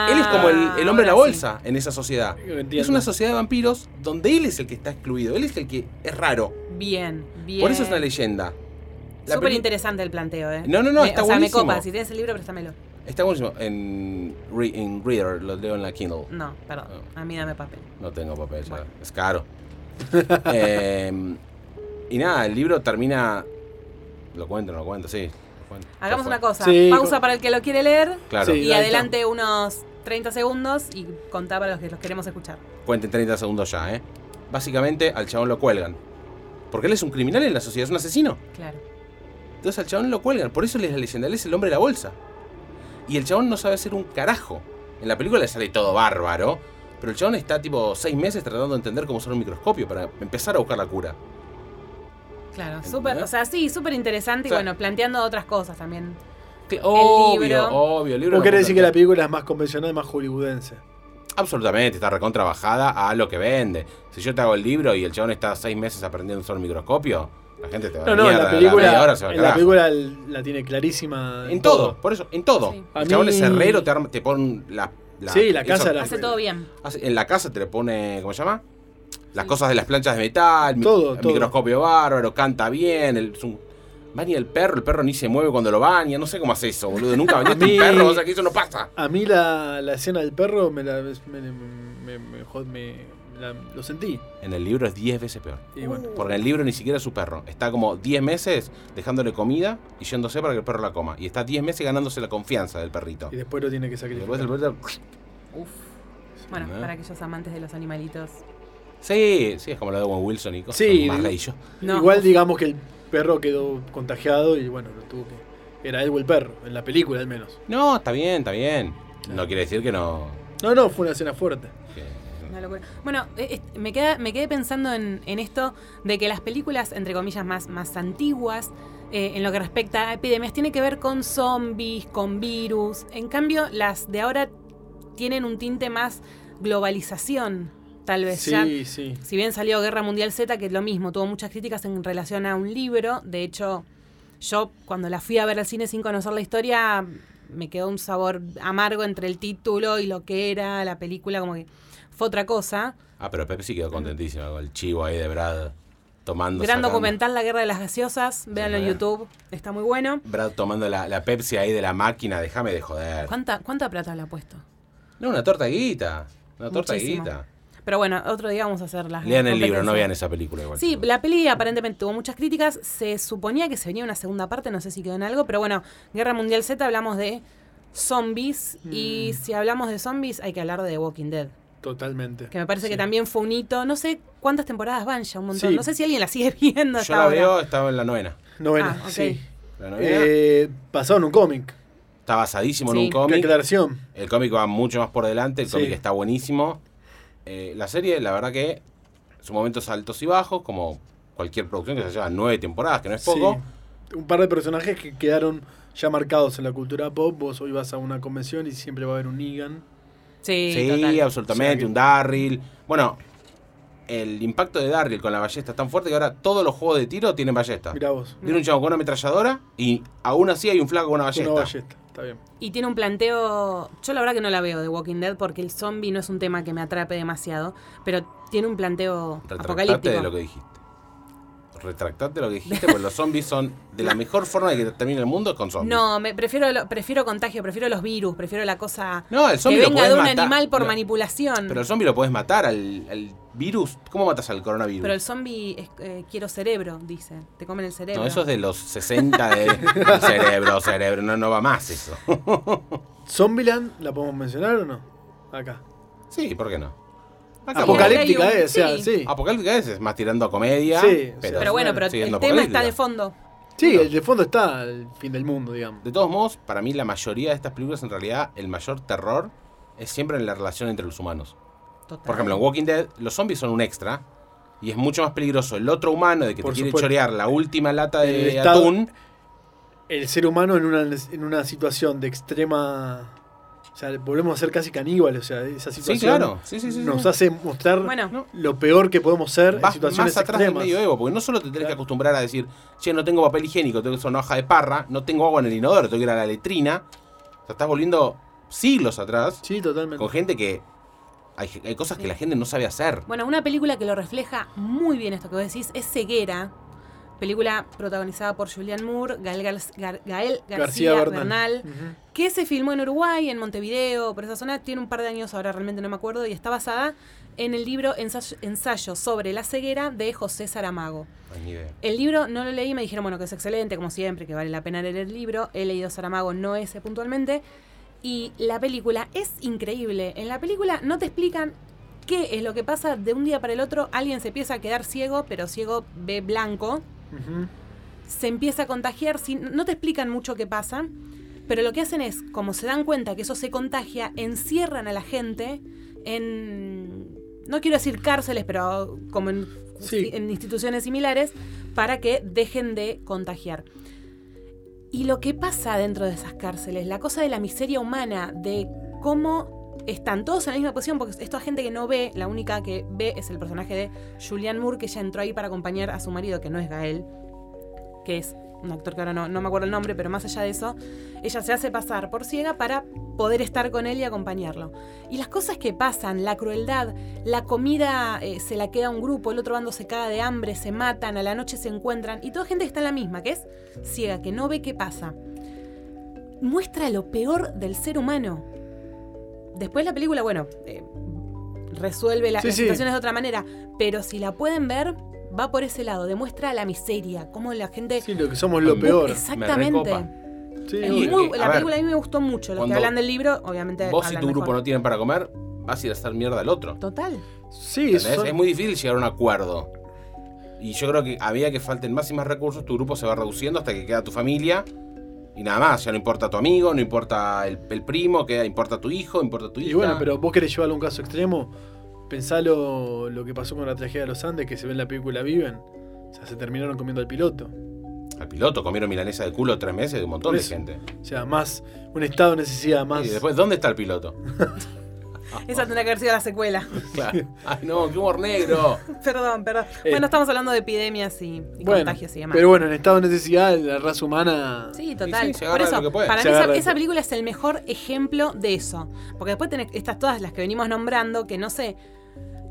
Claro, él es como el, el hombre de la
ahora sí.
bolsa en esa sociedad.
Entiendo.
Es una sociedad de vampiros donde él es el que está excluido, él es el que es raro.
Bien, bien.
Por eso es una leyenda. La
Súper
peli-
interesante el planteo, ¿eh?
No, no, no,
Me-
está
O sea, me
buenísimo.
copa. Si tienes el libro, préstamelo.
Está buenísimo. En, Re- en Reader, lo leo en la Kindle.
No, perdón.
Oh.
A mí dame papel.
No tengo papel, ya,
Mm. Bueno.
es caro. <laughs> Em, Eh, y nada, el libro termina. Lo cuento, no lo cuento, sí. lo Bueno, ya
Hagamos
fue.
una cosa.
Sí,
Pausa
con-
para el que lo quiere leer
Claro,
Sí.
y
dale,
adelante unos 30 segundos y contá para los que los queremos escuchar.
cuenten 30 segundos ya, ¿eh? Básicamente al chabón lo cuelgan. Porque él es un criminal en la sociedad, es un asesino.
Claro.
Entonces al chabón lo cuelgan, por eso él es la leyenda, él es el hombre de la bolsa. Y el chabón no sabe hacer un carajo. En la película le sale todo bárbaro, pero el chabón está tipo seis meses tratando de entender cómo usar un microscopio para empezar a buscar la cura.
Claro,
¿Entendés?
súper, o sea, sí, súper interesante
O sea-
y bueno, planteando otras cosas también.
Obvio,
libro.
obvio, el libro. no
¿Vos
cuenta
querés decir que la
tanto.
película es más convencional, más hollywoodense?
Absolutamente, está recontrabajada a lo que vende. Si yo te hago el libro y el chabón está seis meses aprendiendo a usar un microscopio, la gente te va
No,
a
no, en
mierda,
la
media
película,
hora se va al
en la
carajo.
película el- la tiene clarísima.
En todo, por eso, en todo.
Sí.
A
El chabón
mí-
es herrero, te, arma- te pone la, la-
Sí, la casa de la-
Hace todo bien.
hace- En la casa te le pone, ¿cómo se llama? Las
Sí.
cosas de las planchas de metal, mi-
Todo,
el
todo.
microscopio bárbaro, canta bien, el, es un- baña el perro, el perro ni se mueve cuando lo baña, no sé cómo hace eso, boludo.
<laughs>
Nunca bañaste
mí-
un perro, o sea que eso no pasa.
A mí la, la escena del perro me la. Me, me- me- jod- me- la- lo sentí.
En el libro es 10 veces peor.
Y bueno.
Porque en el libro ni siquiera es su perro. Está como 10 meses dejándole comida y yéndose para que el perro la coma. Y está 10 meses ganándose la confianza del perrito.
Y después lo tiene que
Y
sacrificar.
después el perrito-
Uf. Bueno,
¿no?
para aquellos amantes de los animalitos.
Sí, sí, es como la de Owen Wilson y cosas
Sí,
más
digo-
ley yo.
No.
Igual digamos que el perro quedó contagiado y bueno, lo tuvo que. Era él o el perro, en la película al menos.
No, está bien, está bien. No quiere decir que no.
No, no, fue una escena fuerte.
que-
Una locura. Bueno, eh, eh, me, queda, me quedé pensando en, en esto de que las películas, entre comillas, más, más antiguas, eh, en lo que respecta a epidemias, tiene que ver con zombies, con virus. En cambio, las de ahora tienen un tinte más globalización, tal vez. Ya
Sí, sí.
si bien salió Guerra Mundial Z, que es lo mismo, tuvo muchas críticas en relación a un libro. De hecho, yo cuando la fui a ver al cine sin conocer la historia, me quedó un sabor amargo entre el título y lo que era la película, como que fue otra cosa.
Ah, pero Pepe sí quedó contentísimo con el chivo ahí de Brad tomando.
Gran
sacando-
documental, La Guerra de las Gaseosas, véanlo en
mirá.
YouTube, está muy bueno.
Brad tomando la, la Pepsi ahí de la máquina, déjame de joder.
¿Cuánta, cuánta plata le ha puesto?
No, una torta de guita. Una torta de
Muchísimo.
guita.
Pero bueno, otro día vamos a hacer las
Lean el libro,
competencias.
no vean esa película igual.
Sí, la peli aparentemente tuvo muchas críticas. Se suponía que se venía una segunda parte, no sé si quedó en algo, pero bueno, Guerra Mundial Z hablamos de zombies y si hablamos de zombies hay que hablar de Walking Dead,
Totalmente.
que me parece que
Sí.
también fue un hito. No sé cuántas temporadas van ya, un montón.
Sí.
No sé si alguien la sigue <laughs> viendo.
Yo
hasta
la
ahora.
veo, estaba en la novena.
Novena,
Ah, ok.
sí.
La novena
Eh, basado en un cómic.
está basadísimo
Sí.
en un cómic.
Declaración.
El cómic va mucho más por delante, el
Sí.
cómic está buenísimo. Eh, la serie, la verdad que su momentos altos y bajos, como cualquier producción que se lleva nueve temporadas, que no es poco.
Sí. Un par de personajes que quedaron ya marcados en la cultura pop. Vos hoy vas a una convención y siempre va a haber un Negan.
Sí,
Sí,
total.
absolutamente,
O sea que-
un Darryl. Bueno, el impacto de Darryl con la ballesta es tan fuerte que ahora todos los juegos de tiro tienen ballesta.
Mirá vos.
Tiene un chavo con una ametralladora y aún así hay un flaco con una ballesta.
Una ballesta. Está bien.
Y tiene un planteo. Yo la verdad que no la veo de Walking Dead porque el zombie no es un tema que me atrape demasiado, pero tiene un planteo
Retractate
apocalíptico.
de lo que dijiste. Retractate de lo que dijiste, porque los zombies son de la mejor forma de que termine el mundo con zombies.
No, me prefiero lo- prefiero contagio, prefiero los virus, prefiero la cosa
No, el
que
zombie lo
venga
podés
de un
matar.
animal por
Lo-
manipulación.
Pero el zombie lo podés matar al, al virus. ¿Cómo matas al coronavirus?
Pero el zombie es, eh, quiero cerebro, dice. Te comen el cerebro.
no, eso es de los 60
<laughs>
de el cerebro, cerebro, no, no va más eso.
Zombieland, ¿la podemos mencionar o no? Acá.
Sí, ¿por qué no? Acá Ah,
Apocalíptica,
Hay un-
eh, o sea,
sí.
sí.
bueno. Apocalíptica es es más tirando a comedia.
Sí,
pero,
pero bueno, pero
sí, es
el
lo
tema está de
apocalíptico.
fondo.
Sí, el de fondo está el fin del mundo, digamos.
De todos modos, para mí la mayoría de estas películas en realidad el mayor terror es siempre en la relación entre los humanos.
Total.
Por ejemplo, en Walking Dead los zombies son un extra y es mucho más peligroso el otro humano de que
Por
te quiere
supuesto.
chorear la última lata de
El estado-
atún.
El ser humano en una, en una situación de extrema. O sea, volvemos a ser casi caníbales. O sea, esa situación
Sí, claro. Sí, sí, sí, sí.
nos hace mostrar
Bueno.
No.
lo peor que podemos ser en
Vas
situaciones
más atrás del
extremas.
medioevo, porque no solo te tenés que
Claro.
acostumbrar a decir, che, no tengo papel higiénico, tengo que usar una hoja de parra, no tengo agua en el inodoro, tengo que ir a la letrina. O sea, estás volviendo siglos atrás
Sí, totalmente.
con gente que hay, hay cosas que la gente no sabe hacer.
Bueno, una película que lo refleja muy bien esto que vos decís es Ceguera. Película protagonizada por Julianne Moore, Gael, Gar- Gar- Gael García,
García
Bernal.
Bernal. Ujú.
que se filmó en Uruguay, en Montevideo, por esa zona, tiene un par de años ahora, realmente no me acuerdo, y está basada en el libro Ensayo, Ensayo sobre la ceguera de José Saramago.
No, ni idea.
El libro no lo leí, me dijeron, bueno, que es excelente, como siempre, que vale la pena leer el libro. He leído Saramago, no ese puntualmente. Y la película es increíble. En la película no te explican qué es lo que pasa de un día para el otro. Alguien se empieza a quedar ciego, pero ciego ve blanco.
Ujú.
Se empieza a contagiar. sin- No te explican mucho qué pasa. Pero lo que hacen es, como se dan cuenta que eso se contagia, encierran a la gente en... No quiero decir cárceles, pero como en,
Sí.
en instituciones similares, para que dejen de contagiar. Y lo que pasa dentro de esas cárceles, la cosa de la miseria humana, de cómo están todos en la misma posición, porque esta gente que no ve, la única que ve es el personaje de Julianne Moore, que ya entró ahí para acompañar a su marido, que no es Gael, que es un actor que ahora no, no me acuerdo el nombre, pero más allá de eso, ella se hace pasar por ciega para poder estar con él y acompañarlo. Y las cosas que pasan, la crueldad, la comida eh, se la queda a un grupo, el otro bando se caga de hambre, se matan, a la noche se encuentran, y toda gente que está en la misma, que es ciega, que no ve qué pasa. Muestra lo peor del ser humano. Después la película, bueno, eh, resuelve la-
Sí,
las
sí.
situaciones de otra manera, pero si la pueden ver, va por ese lado, demuestra la miseria, cómo la gente...
Sí, lo que somos lo peor.
Me
Exactamente.
recopa.
Sí,
Es
Y-
obvio.
muy-
eh,
la
a ver,
película a mí me gustó mucho. Los que
cuando
hablan del libro, obviamente.
Vos y
hablan
tu grupo
mejor.
no tienen para comer, vas a ir a hacer mierda al otro.
Total.
Sí,
¿entendés?
son-
Es muy difícil llegar a un acuerdo. Y yo creo que a medida que falten más y más recursos, tu grupo se va reduciendo hasta que queda tu familia. Y nada más, ya no importa tu amigo, no importa el, el primo, queda, importa tu hijo, importa tu hija.
Y bueno, pero vos querés llevarlo a un caso extremo. Pensá lo, lo que pasó con la tragedia de los Andes, que se ve en la película Viven. O sea, se terminaron comiendo al piloto.
Al piloto comieron milanesa de culo tres meses de un montón
Por
de
eso.
gente.
O sea, más un estado de necesidad Pues, más.
Y después, ¿dónde está el
<laughs>
piloto? Ah,
Esa tendría que haber sido la secuela. <laughs>
Claro. Ay, no, qué humor negro.
perdón, perdón.
Eh.
Bueno, estamos hablando de epidemias y, y
bueno,
contagios y demás.
pero bueno, en estado de necesidad la raza humana.
Sí, total.
Y sí, se
Por
agarra
eso,
lo que puede.
para
Se
mí esa,
agarra-
esa película es el mejor ejemplo de eso. Porque después tenés estas todas las que venimos nombrando, que no sé,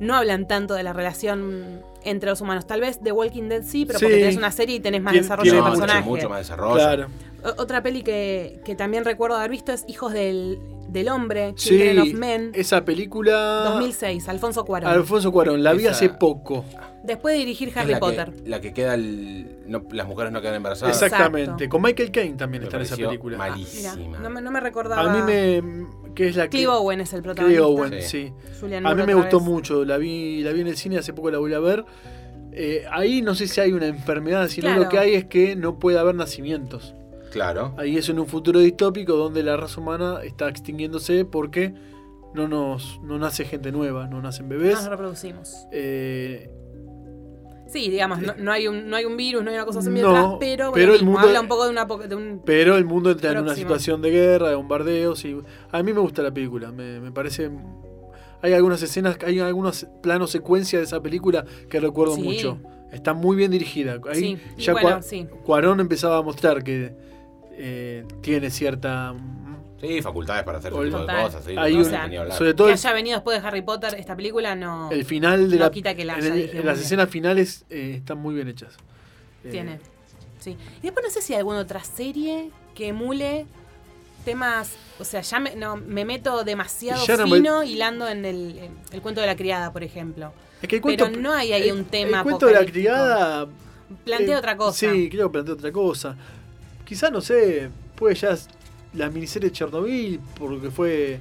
no hablan tanto de la relación entre los humanos. Tal vez The Walking Dead sí, pero porque
Sí.
tenés una serie y tenés más
Tien-
desarrollo
tiene
de
mucho,
personaje.
mucho, mucho más desarrollo.
claro.
O- Otra peli que, que también recuerdo haber visto es Hijos del, del Hombre, Children of Men,
esa película.
2006, Alfonso Cuarón.
Alfonso Cuarón, la vi
Esa-
hace poco.
Después de dirigir
Es
Harry
la
Potter.
Que, la que queda el- no, las mujeres no quedan embarazadas.
Exacto.
Exactamente. Con Michael Caine también
Me
está en esa
pareció
película. Ah,
Mira,
malísima. Malísima.
no me, no me recordaba.
A mí me. que es la que-
Clive Owen es el
Clive
protagonista.
Owen,
Sí.
sí.
Julian
A mí
Moore
me
otra
gustó
vez.
mucho, la vi, la vi en el cine, hace poco la volví a ver. Eh, ahí no sé si hay una enfermedad, sino
Claro.
lo que hay es que no puede haber nacimientos.
Claro.
Ahí es en un futuro distópico donde la raza humana está extinguiéndose porque no, nos, no nace gente nueva, no nacen
Nos
bebés.
reproducimos. Ah,
Eh,
Sí, digamos, no, no hay un, no hay un virus, no hay una cosa así
No,
detrás, pero, bueno,
pero el
mismo,
mundo-
habla un poco de, una, po- de un...
pero el mundo entra en una
Próximo.
situación de guerra, de bombardeos. Y a mí me gusta la película, me, me parece... Hay algunas escenas, hay algunos planos secuencia de esa película que recuerdo
Sí.
mucho. Está muy bien dirigida. Ahí
sí, y
ya
bueno,
cua-
sí.
Cuarón empezaba a mostrar que eh, tiene cierta. mm,
Sí, facultades para hacer ese
Ol-
tipo de
Total.
cosas. Sí,
Hay
no,
un-
no, ni hablar.
Sobre todo
Que
el,
haya venido después de Harry Potter, esta película no...
el final de
no
la.
quita que la
en
haya
el-
dirigido
en
muy
las
bien.
escenas finales eh, están muy bien hechas. Eh,
Tiene. Sí. Y después no sé si hay alguna otra serie que emule temas. O sea, ya me, no, me meto demasiado
Y ya no me-
fino hilando en el, en el cuento de la criada, por ejemplo.
Es que el
Pero
cuento.
no hay ahí
el-
un tema.
El cuento de la
apocalíptico.
criada.
Plantea
eh,
otra cosa.
Sí, creo que plantea otra cosa. Quizá, no sé, puede ya s- la miniserie de Chernobyl, porque fue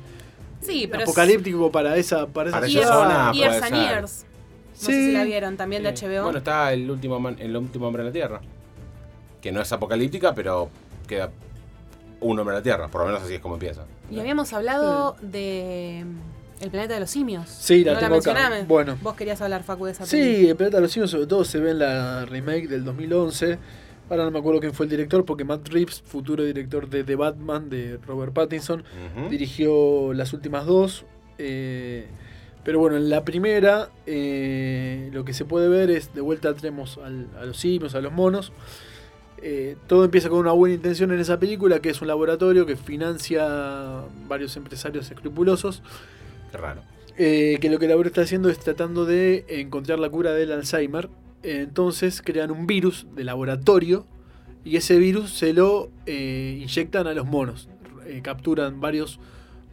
Sí, pero. es-
apocalíptico para esa, para esa
Para esa
Years,
zona,
ciudad.
puede
Years and
ser.
Years. No sé si la vieron también de
Eh,
HBO.
Bueno, está el último, man- el último hombre en la Tierra. Que no es apocalíptica, pero queda un hombre en la Tierra. Por lo menos así es como empieza.
y habíamos hablado de. mm, El planeta de los simios.
Sí, la
no
tengo acá.
mencioname.
Bueno.
Vos querías hablar, Facu, de esa
Sí, el planeta de los simios sobre todo se ve en la remake del 2011. Ahora no me acuerdo quién fue el director, porque Matt Reeves, futuro director de The Batman de Robert Pattinson,
Ujú.
dirigió las últimas dos. eh, pero bueno, en la primera eh, lo que se puede ver es de vuelta tenemos al- a los simios, a los monos. Eh, todo empieza con una buena intención en esa película, que es un laboratorio que financia varios empresarios escrupulosos
Qué raro.
eh, que lo que la URSS está haciendo es tratando de encontrar la cura del Alzheimer. Entonces crean un virus de laboratorio y ese virus se lo eh, inyectan a los monos. eh, capturan varios,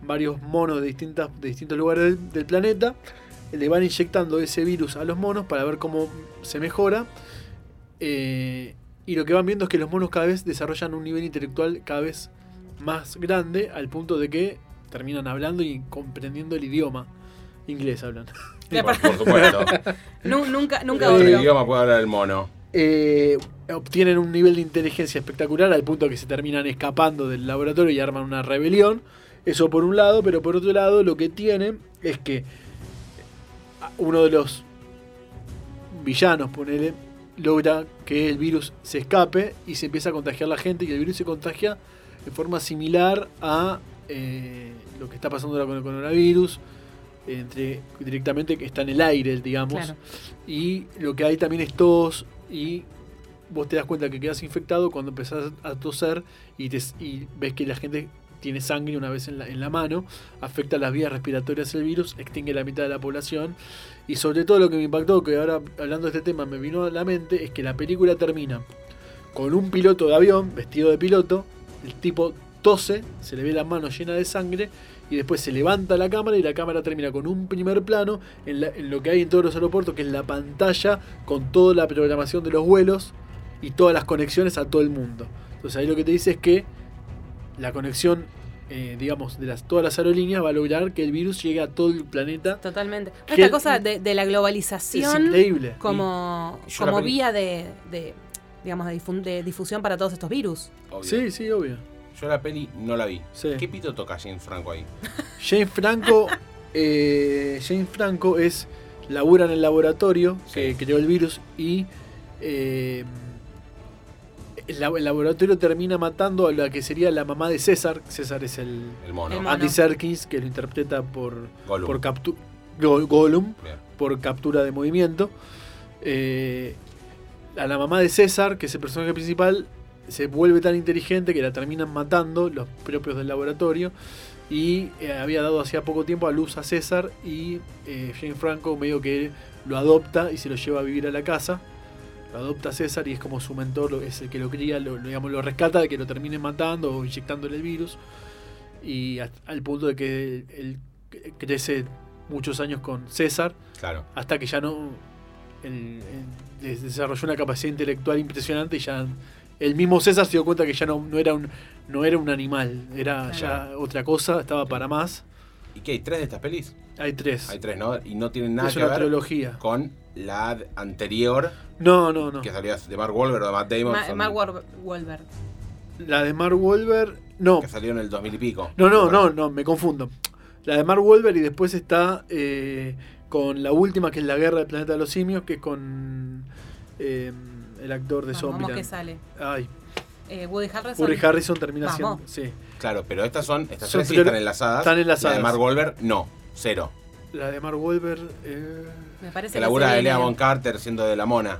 varios monos de, distintas, de distintos lugares del, del planeta, le van inyectando ese virus a los monos para ver cómo se mejora. eh, y lo que van viendo es que los monos cada vez desarrollan un nivel intelectual cada vez más grande, al punto de que terminan hablando y comprendiendo el idioma. Inglés hablan.
Ya,
Por,
para-
por supuesto.
Nu- <laughs> nunca
¿Qué
nunca
otro
volvió.
idioma puede hablar el mono?
eh, obtienen un nivel de inteligencia espectacular al punto que se terminan escapando del laboratorio y arman una rebelión. Eso por un lado, pero por otro lado lo que tienen es que uno de los villanos, ponele, logra que el virus se escape y se empieza a contagiar la gente y el virus se contagia de forma similar a eh, lo que está pasando ahora con el coronavirus, entre, directamente que está en el aire, digamos,
Claro.
y lo que hay también es tos y vos te das cuenta que quedas infectado cuando empezás a toser y, te- y ves que la gente tiene sangre una vez en la, en la mano, afecta las vías respiratorias del virus, extingue la mitad de la población y sobre todo lo que me impactó, que ahora hablando de este tema me vino a la mente, es que la película termina con un piloto de avión, vestido de piloto, el tipo tose, se le ve la mano llena de sangre y después se levanta la cámara y la cámara termina con un primer plano en, la- en lo que hay en todos los aeropuertos, que es la pantalla con toda la programación de los vuelos y todas las conexiones a todo el mundo. Entonces ahí lo que te dice es que la conexión, eh, digamos, de las, todas las aerolíneas va a lograr que el virus llegue a todo el planeta.
Totalmente.
¿Qué-
Esta cosa de, de la
Es
globalización
increíble.
como,
Y- yo la
como
peli-
vía de, de, digamos, de, difun- de difusión para todos estos virus.
Obvio.
Sí, sí, obvio.
Yo la peli no la vi.
Sí.
¿Qué pito toca James Franco ahí?
James
<laughs>
Franco, eh, James Franco es labura en el laboratorio
Sí.
que creó el virus y eh, el, lab- el laboratorio termina matando a la que sería la mamá de César. César es el
El mono.
El mono.
Andy Serkis que lo interpreta por
Gollum.
por captu- Go- Gollum
Bien.
por captura de movimiento. Eh, a la mamá de César, que es el personaje principal, se vuelve tan inteligente que la terminan matando los propios del laboratorio. Y eh, había dado hacía poco tiempo a luz a César y eh, Jane Franco medio que lo adopta y se lo lleva a vivir a la casa. Lo adopta a César y es como su mentor, lo- es el que lo cría, lo, lo, digamos, lo rescata de que lo termine matando o inyectándole el virus. Y hasta- al punto de que él- él crece muchos años con César
Claro.
hasta que ya no el- el- des- desarrolló una capacidad intelectual impresionante y ya el mismo César se dio cuenta que ya no, no era un no era un animal era ya otra cosa estaba para más
¿Y qué hay? ¿Tres de estas pelis?
hay tres
Hay tres, ¿no? Y no tienen nada
es
que
una
ver
trilogía
con la ad- anterior
no no no
que salió de Mark Wahlberg o de Matt Damon.
Ma-
son-
Mark War- Wahlberg.
la de Mark Wahlberg no
que salió en el 2000 y pico.
no no no no me confundo la de Mark Wahlberg y después está eh, con la última que es la guerra del planeta de los simios que es con eh, el actor de
Vamos, vamos que
Zombieland
sale.
ay
Eh, Woody Harrelson.
Woody Harrison termina
Vamos.
siendo sí
Claro, pero estas son. Estas
Son
tres sí
trilog-
están enlazadas.
están enlazadas.
La de Mark Wahlberg, no. Cero.
La de Mark Wahlberg. eh,
Me parece
Que labura
se
de Lea
viene-
Von Carter siendo de la mona.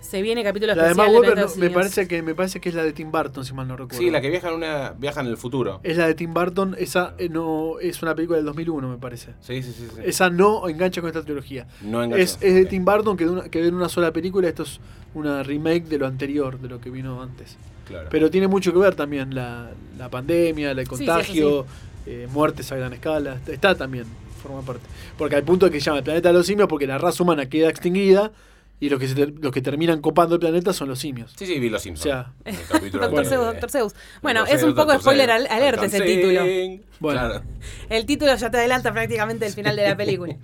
Se viene capítulo
La de
especial
Mark
de Planeta
Wahlberg
de
no,
los
me,
Simios.
parece que, me parece que es la de Tim Burton, si mal no recuerdo.
Sí, la que viaja en, una, viaja en el futuro.
Es la de Tim Burton, esa eh, no es una película del 2001, me parece.
Sí, sí, sí. sí.
Esa no engancha con esta trilogía.
no enganchó.
Es, es de
Ok.
Tim Burton que, de una- que ve en una sola película. Esto es una remake de lo anterior, de lo que vino antes.
Claro.
Pero tiene mucho que ver también la, la pandemia, el
sí, eso
contagio, eh, muertes a gran escala. Está, está también, forma parte. Porque al punto de que se llama el planeta de los simios, porque la raza humana queda extinguida y los que, se ter- los que terminan copando el planeta son los simios.
Sí, sí, vi los
O
Simpsons.
sea,
<laughs> El capítulo
Doctor
de-
Zeus, Doctor Zeus. Bueno,
Doctor
es un
Zeus,
poco
Doctor
spoiler
Zeus.
al- alerta ese título.
Bueno.
Claro.
El título ya te adelanta prácticamente el final de la película.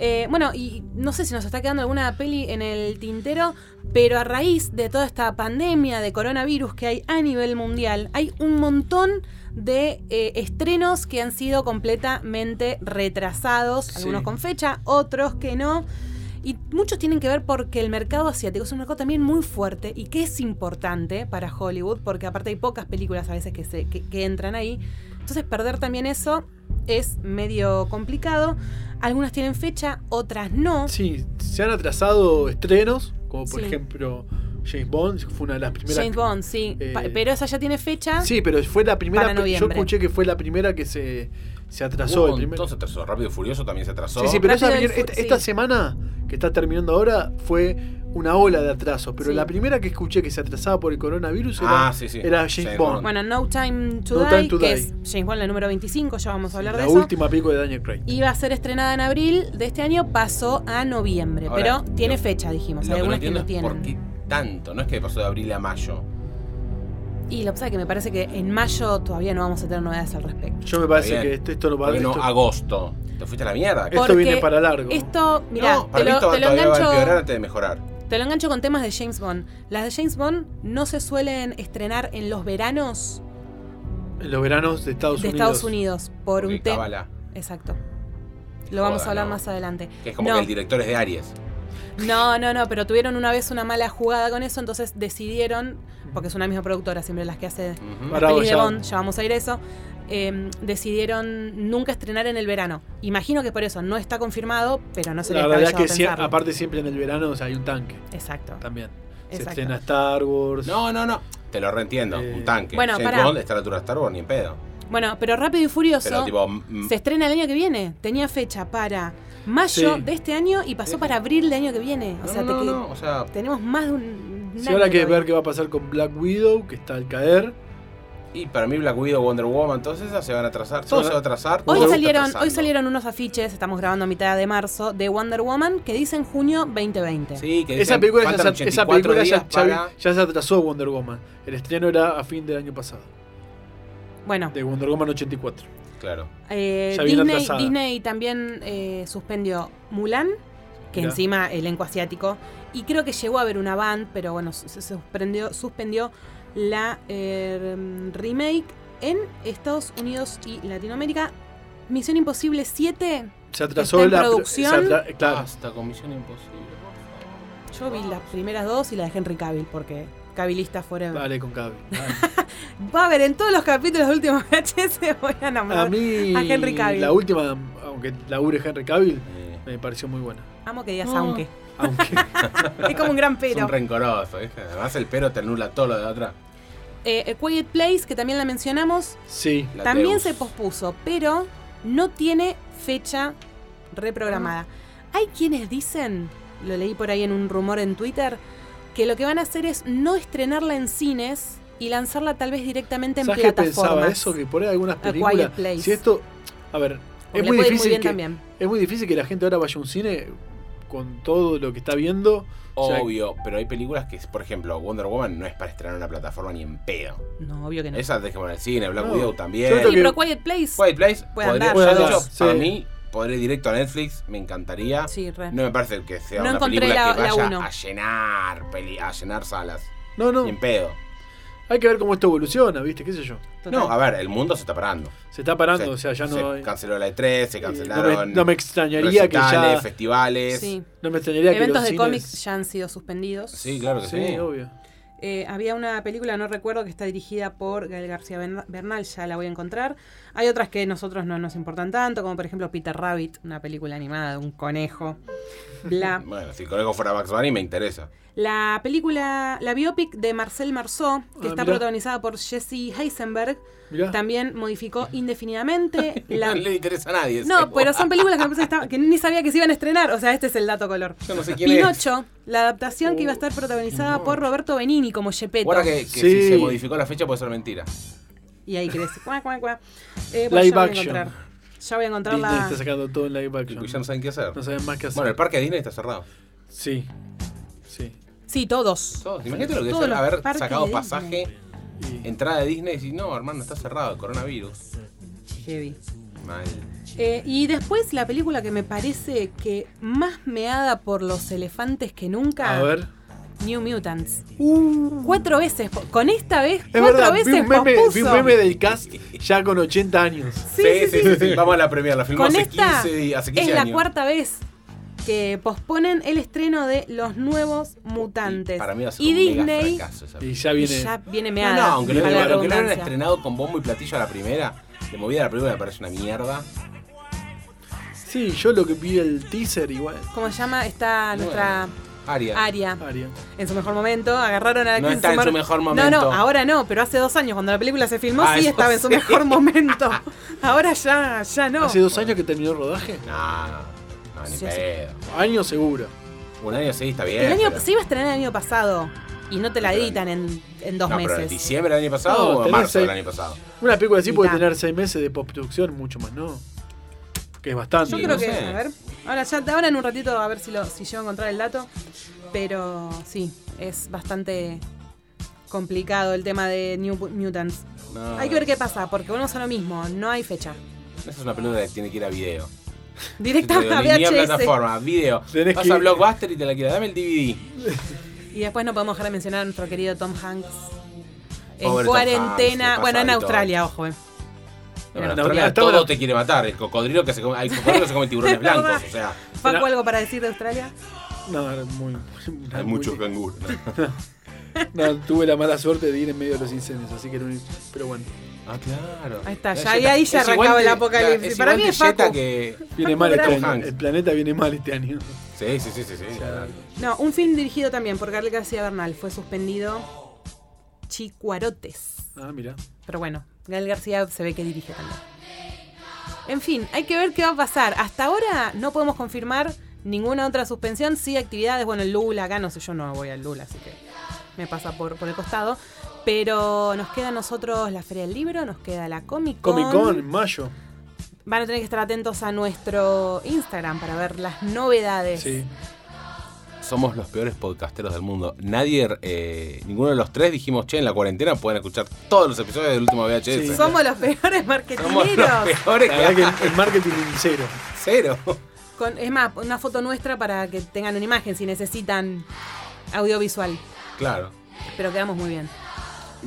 Eh, bueno, y no sé si nos está quedando alguna peli en el tintero, pero a raíz de toda esta pandemia de coronavirus que hay a nivel mundial, hay un montón de eh, estrenos que han sido completamente retrasados, algunos
Sí.
con fecha, otros que no. Y muchos tienen que ver porque el mercado asiático es un mercado también muy fuerte y que es importante para Hollywood, porque aparte hay pocas películas a veces que, se, que, que entran ahí. Entonces perder también eso es medio complicado. Algunas tienen fecha, otras no.
Sí, se han atrasado estrenos, como por
Sí.
ejemplo James Bond, fue una de las primeras.
James Bond, sí.
eh,
Pa- pero esa ya tiene fecha.
Sí, pero fue la primera.
Para
pe- Yo
noviembre.
escuché que fue la primera que se se atrasó el primer.
Entonces se atrasó. Rápido y Furioso también se atrasó.
Sí, sí, pero
Rápido
esa
y
viene-
Fu-
esta,
sí.
esta semana que está terminando ahora fue una ola de atrasos. Pero
Sí.
la primera que escuché que se atrasaba por el coronavirus era,
Ah, sí, sí.
era
James
James
Bond.
Bond.
Bueno, No Time to
No
Die,
Time to
que
Die.
es James Bond, la número 25, ya vamos a hablar
la
de eso.
última pico de Daniel Craig.
Iba a ser estrenada en abril de este año, pasó a noviembre,
Ahora,
pero tiene
lo-
fecha, dijimos.
Lo
Hay
que no
algunas que
entiendo
no
es
tienen.
por qué tanto. No es que pasó de abril a mayo.
Y lo que pasa es que me parece que en mayo todavía no vamos a tener novedades al respecto.
Yo me parece
Está bien.
que este, esto, esto no va
¿Por qué no
esto-
agosto? Te fuiste a la mierda.
Esto
Porque
viene para largo.
Esto, mirá,
Eh, no, para
te,
mí
lo,
esto
te lo
todavía va a empeorar
engancho,
antes de mejorar.
te lo engancho con temas de James Bond. Las de James Bond no se suelen estrenar en los veranos
En los veranos de Estados
de
Unidos.
Estados Unidos por
Porque
un tema.
Cábala,
Exacto. Lo vamos
Joda,
a hablar
no.
más adelante.
que es como
No.
que el director es de Aries.
No, no, no, pero tuvieron una vez una mala jugada con eso, entonces decidieron, porque es una misma productora siempre las que hace
Ujú.
Para- Bravo,
pelis de
ya.
Bond, ya vamos a ir a eso, eh, decidieron nunca estrenar en el verano. Imagino que por eso no está confirmado, pero no se
La
les
verdad
cabellado
que sí,
pensarlo.
aparte siempre en el verano o sea, hay un tanque
Exacto.
también. Se
Exacto.
estrena Star Wars.
No, no, no. Te lo reentiendo.
Eh,
Un tanque.
bueno,
James
pará.
Bond está a la altura de Star Wars, ni en pedo.
Bueno, pero Rápido y Furioso
Pero tipo. mm,
se estrena el año que viene. Tenía fecha para mayo
Sí.
de este año y pasó
Sí.
para abril del año que viene. O
no,
sea,
no,
te-
no, o sea,
tenemos más de un. un
Si
año
ahora hay que
todavía.
ver qué va a pasar con Black Widow, que está al caer.
y para mí Black Widow, Wonder Woman, todas esas se van a atrasar, todo
Bueno,
se va a atrasar. todo
Hoy
se está
salieron,
atrasando.
hoy salieron unos afiches, estamos grabando a mitad de marzo, de Wonder Woman que dicen junio 2020.
Sí, que
Esa
dicen,
película, ya,
Eh, faltan
se-
84
esa película
días
ya, ya-
para-
ya se atrasó Wonder Woman. El estreno era a fin del año pasado,
Bueno,
de Wonder Woman 84.
Claro.
eh,
ya viene
Disney,
atrasada.
Disney también eh, suspendió Mulan, que
Mirá.
encima elenco asiático, y creo que llegó a haber una band, pero bueno, se se suspendió, suspendió la eh, remake en Estados Unidos y Latinoamérica. Misión Imposible 7,
Se
Está
atrasó
en
la
producción. Ah.
se atra- claro.
Hasta con Misión Imposible.
yo vi las primeras dos y la de Henry Cavill, porque Cavillista forever.
Dale con Cavi.
Ah. Va a haber en todos los capítulos de Último VHS <laughs> voy a
A
nombrar.
mí
A Henry Cavill.
la última, aunque labure Henry Cavill, me pareció muy buena.
Amo que digas
No.
aunque.
Aunque
<laughs> Es como un
<laughs>
gran
Es
pero.
un rencoroso, ¿viste? Además el pero te anula todo lo de atrás.
Eh, eh, Quiet Place, que también la mencionamos,
sí,
La
también
Deus.
se pospuso, pero no tiene fecha reprogramada.
Ah.
Hay quienes dicen, lo leí por ahí en un rumor en Twitter, que lo que van a hacer es no estrenarla en cines y lanzarla tal vez directamente en
¿sabes qué
plataformas.
pensaba eso? Que por ahí algunas
Quiet
películas.
Place.
Si esto, a ver,
Porque
es
le
muy
puede ir muy
difícil
bien
que
también.
es muy difícil que la gente ahora vaya a un cine con todo lo que está viendo. O sea,
Obvio, pero hay películas que, por ejemplo, Wonder Woman no es para estrenar en una plataforma ni en pedo.
No, obvio que no.
Esa dejemos en el cine, Black
No.
Widow
Yo
también.
creo
Sí,
que-
pero Quiet Place.
Quiet Place,
Puede
podría,
andar.
yo,
Puede
de hecho,
andar,
para
sí.
mí, podría ir directo a Netflix, me encantaría.
Sí, re.
No me parece que sea
No
una
encontré
película
la-
que
la
vaya
uno.
a llenar peli- a llenar salas.
no, no,
Ni en pedo.
hay que ver cómo esto evoluciona, ¿viste? ¿Qué sé yo?
Total.
No, a ver, el mundo se está parando.
Se está parando, o sea, ya
se
no hay- eh,
canceló la E3, se cancelaron.
no me, no me extrañaría que
recitales,
ya
festivales.
Sí.
no me extrañaría que
Eventos
los
de
cines-
cómics ya han sido suspendidos.
Sí, claro que sí.
Sí, obvio.
Eh, había una película, no recuerdo, que está dirigida por Gael García Ben- Bernal, ya la voy a encontrar. Hay otras que a nosotros no nos importan tanto, como por ejemplo Peter Rabbit, una película animada de un conejo. La,
Bueno, si el conejo fuera Bugs Bunny me interesa.
la película, la biopic de Marcel Marceau, que
Ah,
está
mirá.
protagonizada por Jesse Heisenberg,
Mirá.
también
<laughs>
modificó indefinidamente la...
Ah. No le interesa a nadie. ese
No,
juego.
pero son películas que, me parece que estaban- que ni sabía que se iban a estrenar. O sea, este es el dato color.
Yo no sé quién es.
Pinocho, la adaptación que iba a estar protagonizada por Roberto Benini como Gepetto.
Guarda que, que
Sí.
si se modificó la fecha puede ser mentira.
Y ahí crece. Cuá, cuá, cuá. Eh,
Live
ya voy a
action.
encontrar. Ya voy a encontrar
Disney
la.
está sacando todo en live
Y ya no
action.
saben qué hacer.
No saben más qué hacer.
Bueno, el parque de Disney está cerrado.
Sí. Sí.
Sí, todos.
Todos, imagínate lo que
Todos
es
los
haber
parques de
sacado
Disney.
pasaje,
Y-
entrada de Disney y decir, no, hermano, está cerrado, el coronavirus.
Heavy.
Mal.
Eh, y después la película que me parece que más meada por los elefantes que nunca.
A ver.
New Mutants.
Uh.
Cuatro veces. po- Con esta vez,
Es
cuatro
verdad,
veces
vi un, meme, vi un
pospuso.
meme del cast ya con 80 años.
Sí, sí, sí.
sí, Vamos a la premier, la filmó
Con
hace
esta
15, y- hace 15
Es la
años.
cuarta vez que posponen el estreno de los nuevos mutantes.
Y para mí va a ser
y
un mega
Disney
fracaso esa
Y ya
y
viene.
ya viene
No,
meada.
no, aunque lo,
valga la
hagan
aunque lo hayan
redundancia.
estrenado con bombo y platillo a la primera, de movida a la primera me parece una mierda.
Sí, yo lo que vi el teaser igual.
Como se llama, está nuestra
Aria.
área
Aria.
en su mejor momento. Agarraron a la
No
que
está en su mejor
No,
momento.
no, ahora no, pero hace dos años cuando la película se filmó,
Ah,
sí
eso
estaba en su
sí. <laughs>
mejor momento. Ahora ya, ya no.
Hace dos años que terminó el rodaje.
Nah, no, ni
Sí, sí.
pedo.
Año seguro.
Un año sí está bien.
El año,
pero-
se iba a estrenar el año pasado y no te la
Pero-
editan en, en dos
no, pero en
meses.
diciembre del año pasado
No,
o en
tenés
marzo del
seis-
año pasado.
Una película así
Mitad.
puede tener seis meses de postproducción, mucho más, ¿no? Que es bastante.
Yo
Sí,
creo
no
que,
sé.
a ver, ahora ya ahora en un ratito a ver si lo, si llego a encontrar el dato. Pero sí, es bastante complicado el tema de New Mutants.
No,
Hay que ver qué pasa, porque volvemos a lo mismo, no hay fecha.
Esa es una película que tiene que ir a video.
Directamente a
Ni- ni a
VHS.
plataforma, video.
Tenés
Vas
que-
a Blockbuster y te la queda. Dame el DVD.
Y después no podemos dejar de mencionar a nuestro querido Tom Hanks. En
Pobre Tom Hanks, le
cuarentena.
pasa
bueno, en
de todo.
Australia, ojo. eh.
No, en
No,
Australia
hasta
todo
ahora-
te quiere matar. El cocodrilo que se come, hay cocodrilo que se come
<laughs>
tiburones
Es verdad.
blancos. O sea,
Facu,
Pero-
¿algo para decir de Australia?
No, era muy.
hay muchos canguros. ¿no?
No, tuve la mala suerte de ir en medio de los incendios, así que no. Pero bueno,
Ah, claro.
Ahí está,
Es
ya- ahí-
Jetta.
ahí ya
Es igual
arrancaba
de-
el apocalipsis.
es
Para
igual
mí
de
es Facu.
Jetta que...
Ah,
viene mal este
Tom
año.
Hanks.
El planeta viene mal este año.
Sí, sí, sí, sí. sí.
No, un film dirigido también por Gael García Bernal. Fue suspendido Chicuarotes.
Ah, mira.
Pero bueno, Gael García se ve que dirige también. En fin, hay que ver qué va a pasar. Hasta ahora no podemos confirmar ninguna otra suspensión. Sí, actividades. Bueno, el Lula acá, no sé, yo no voy al Lula, así que me pasa por, por el costado. Pero nos queda a nosotros la Feria del Libro, nos queda la Comic Con.
Comic Con en mayo.
Van a tener que estar atentos a nuestro Instagram para ver las novedades.
Sí.
Somos los peores podcasteros del mundo. Nadie, eh, ninguno de los tres dijimos, che, en la cuarentena pueden escuchar todos los episodios del último VHS.
Sí.
Somos los peores
Somos los
marketineros.
peores
La
que
verdad que el marketing cero.
cero.
Con- es más, una foto nuestra para que tengan una imagen si necesitan audiovisual.
Claro.
Pero quedamos muy bien. <laughs>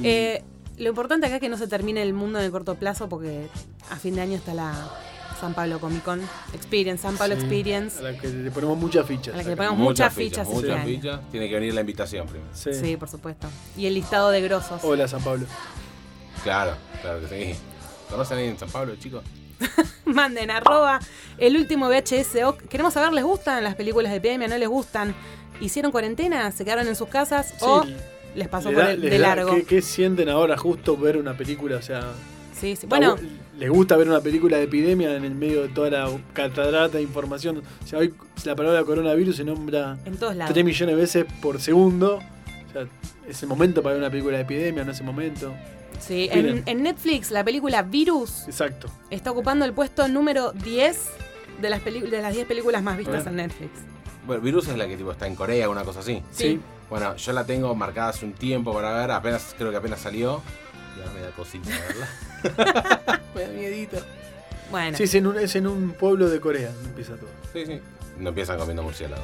Eh, lo importante acá es que no se termine el mundo en el corto plazo porque a fin de año está la San Pablo Comic Con Experience, San Pablo
Sí,
Experience.
A la que le ponemos muchas fichas.
A la que le ponemos muchas fichas este
Muchas
año.
fichas. Tiene que venir la invitación primero.
Sí.
Sí, por supuesto. Y el listado de grosos.
Hola, San Pablo.
Claro, claro que sí. ¿Conocen ahí en San Pablo, chicos?
<laughs> Manden arroba el último VHS. Oc. Queremos saber, ¿les gustan las películas de epidemia? ¿No les gustan? ¿Hicieron cuarentena? ¿Se quedaron en sus casas? ¿O les pasó
Le
Oh, por
da-
el-
les
de
da-
largo?
¿qué, qué sienten ahora justo ver una película? O sea,
Sí, sí. Bueno,
está bu- les gusta ver una película de epidemia en el medio de toda la catarata de información. O sea, hoy la palabra coronavirus se nombra
en todos lados.
3 millones de veces por segundo. O sea, es el momento para ver una película de epidemia, no es el momento.
Sí, en,
Miren.
en Netflix la película Virus
Exacto.
está ocupando el puesto número 10 de las, peli- de las 10 películas más vistas
Bueno.
en Netflix.
Bueno, Virus es la que tipo está en Corea, una cosa así.
Sí.
Sí.
Bueno, yo la tengo marcada hace un tiempo para ver, apenas, creo que apenas salió. Ya me da cosita,
<laughs>
¿verdad? me da miedito.
Bueno,
Sí, es en, un, es en un pueblo de Corea, empieza todo.
Sí, sí. No empiezan comiendo murciélago.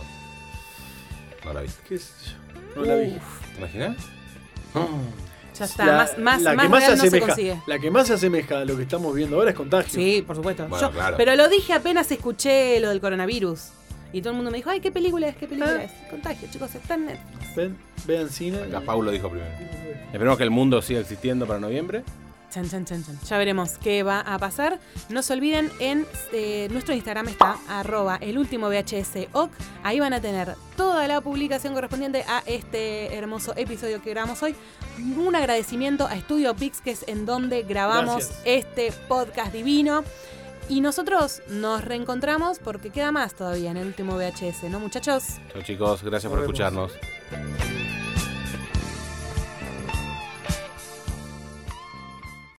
No la viste.
¿Qué sé yo? No la vi.
¿Te imaginas?
ya está.
La-
más más,
la
más
que más se
real no se
asemeja,
consigue.
La que más se asemeja a lo que estamos viendo ahora es contagio.
Sí, por supuesto.
Bueno,
Yo-
claro.
Pero lo dije apenas escuché lo del coronavirus. Y todo el mundo me dijo, ay, ¿qué película es? ¿Qué película
Ah.
es? Contagio, chicos, está en Netflix.
Ven, vean cine.
Acá Paulo dijo primero. Esperemos que el mundo siga existiendo para noviembre.
Chan, chan, chan, chan. Ya veremos qué va a pasar. No se olviden, en eh, nuestro Instagram está arroba el último VHS OC. Ahí van a tener toda la publicación correspondiente a este hermoso episodio que grabamos hoy. Un agradecimiento a Estudio Pix, que es en donde grabamos
Gracias.
este podcast divino. Y nosotros nos reencontramos porque queda más todavía en el último VHS, ¿no, muchachos?
Chao chicos, gracias por
Nos vemos.
escucharnos.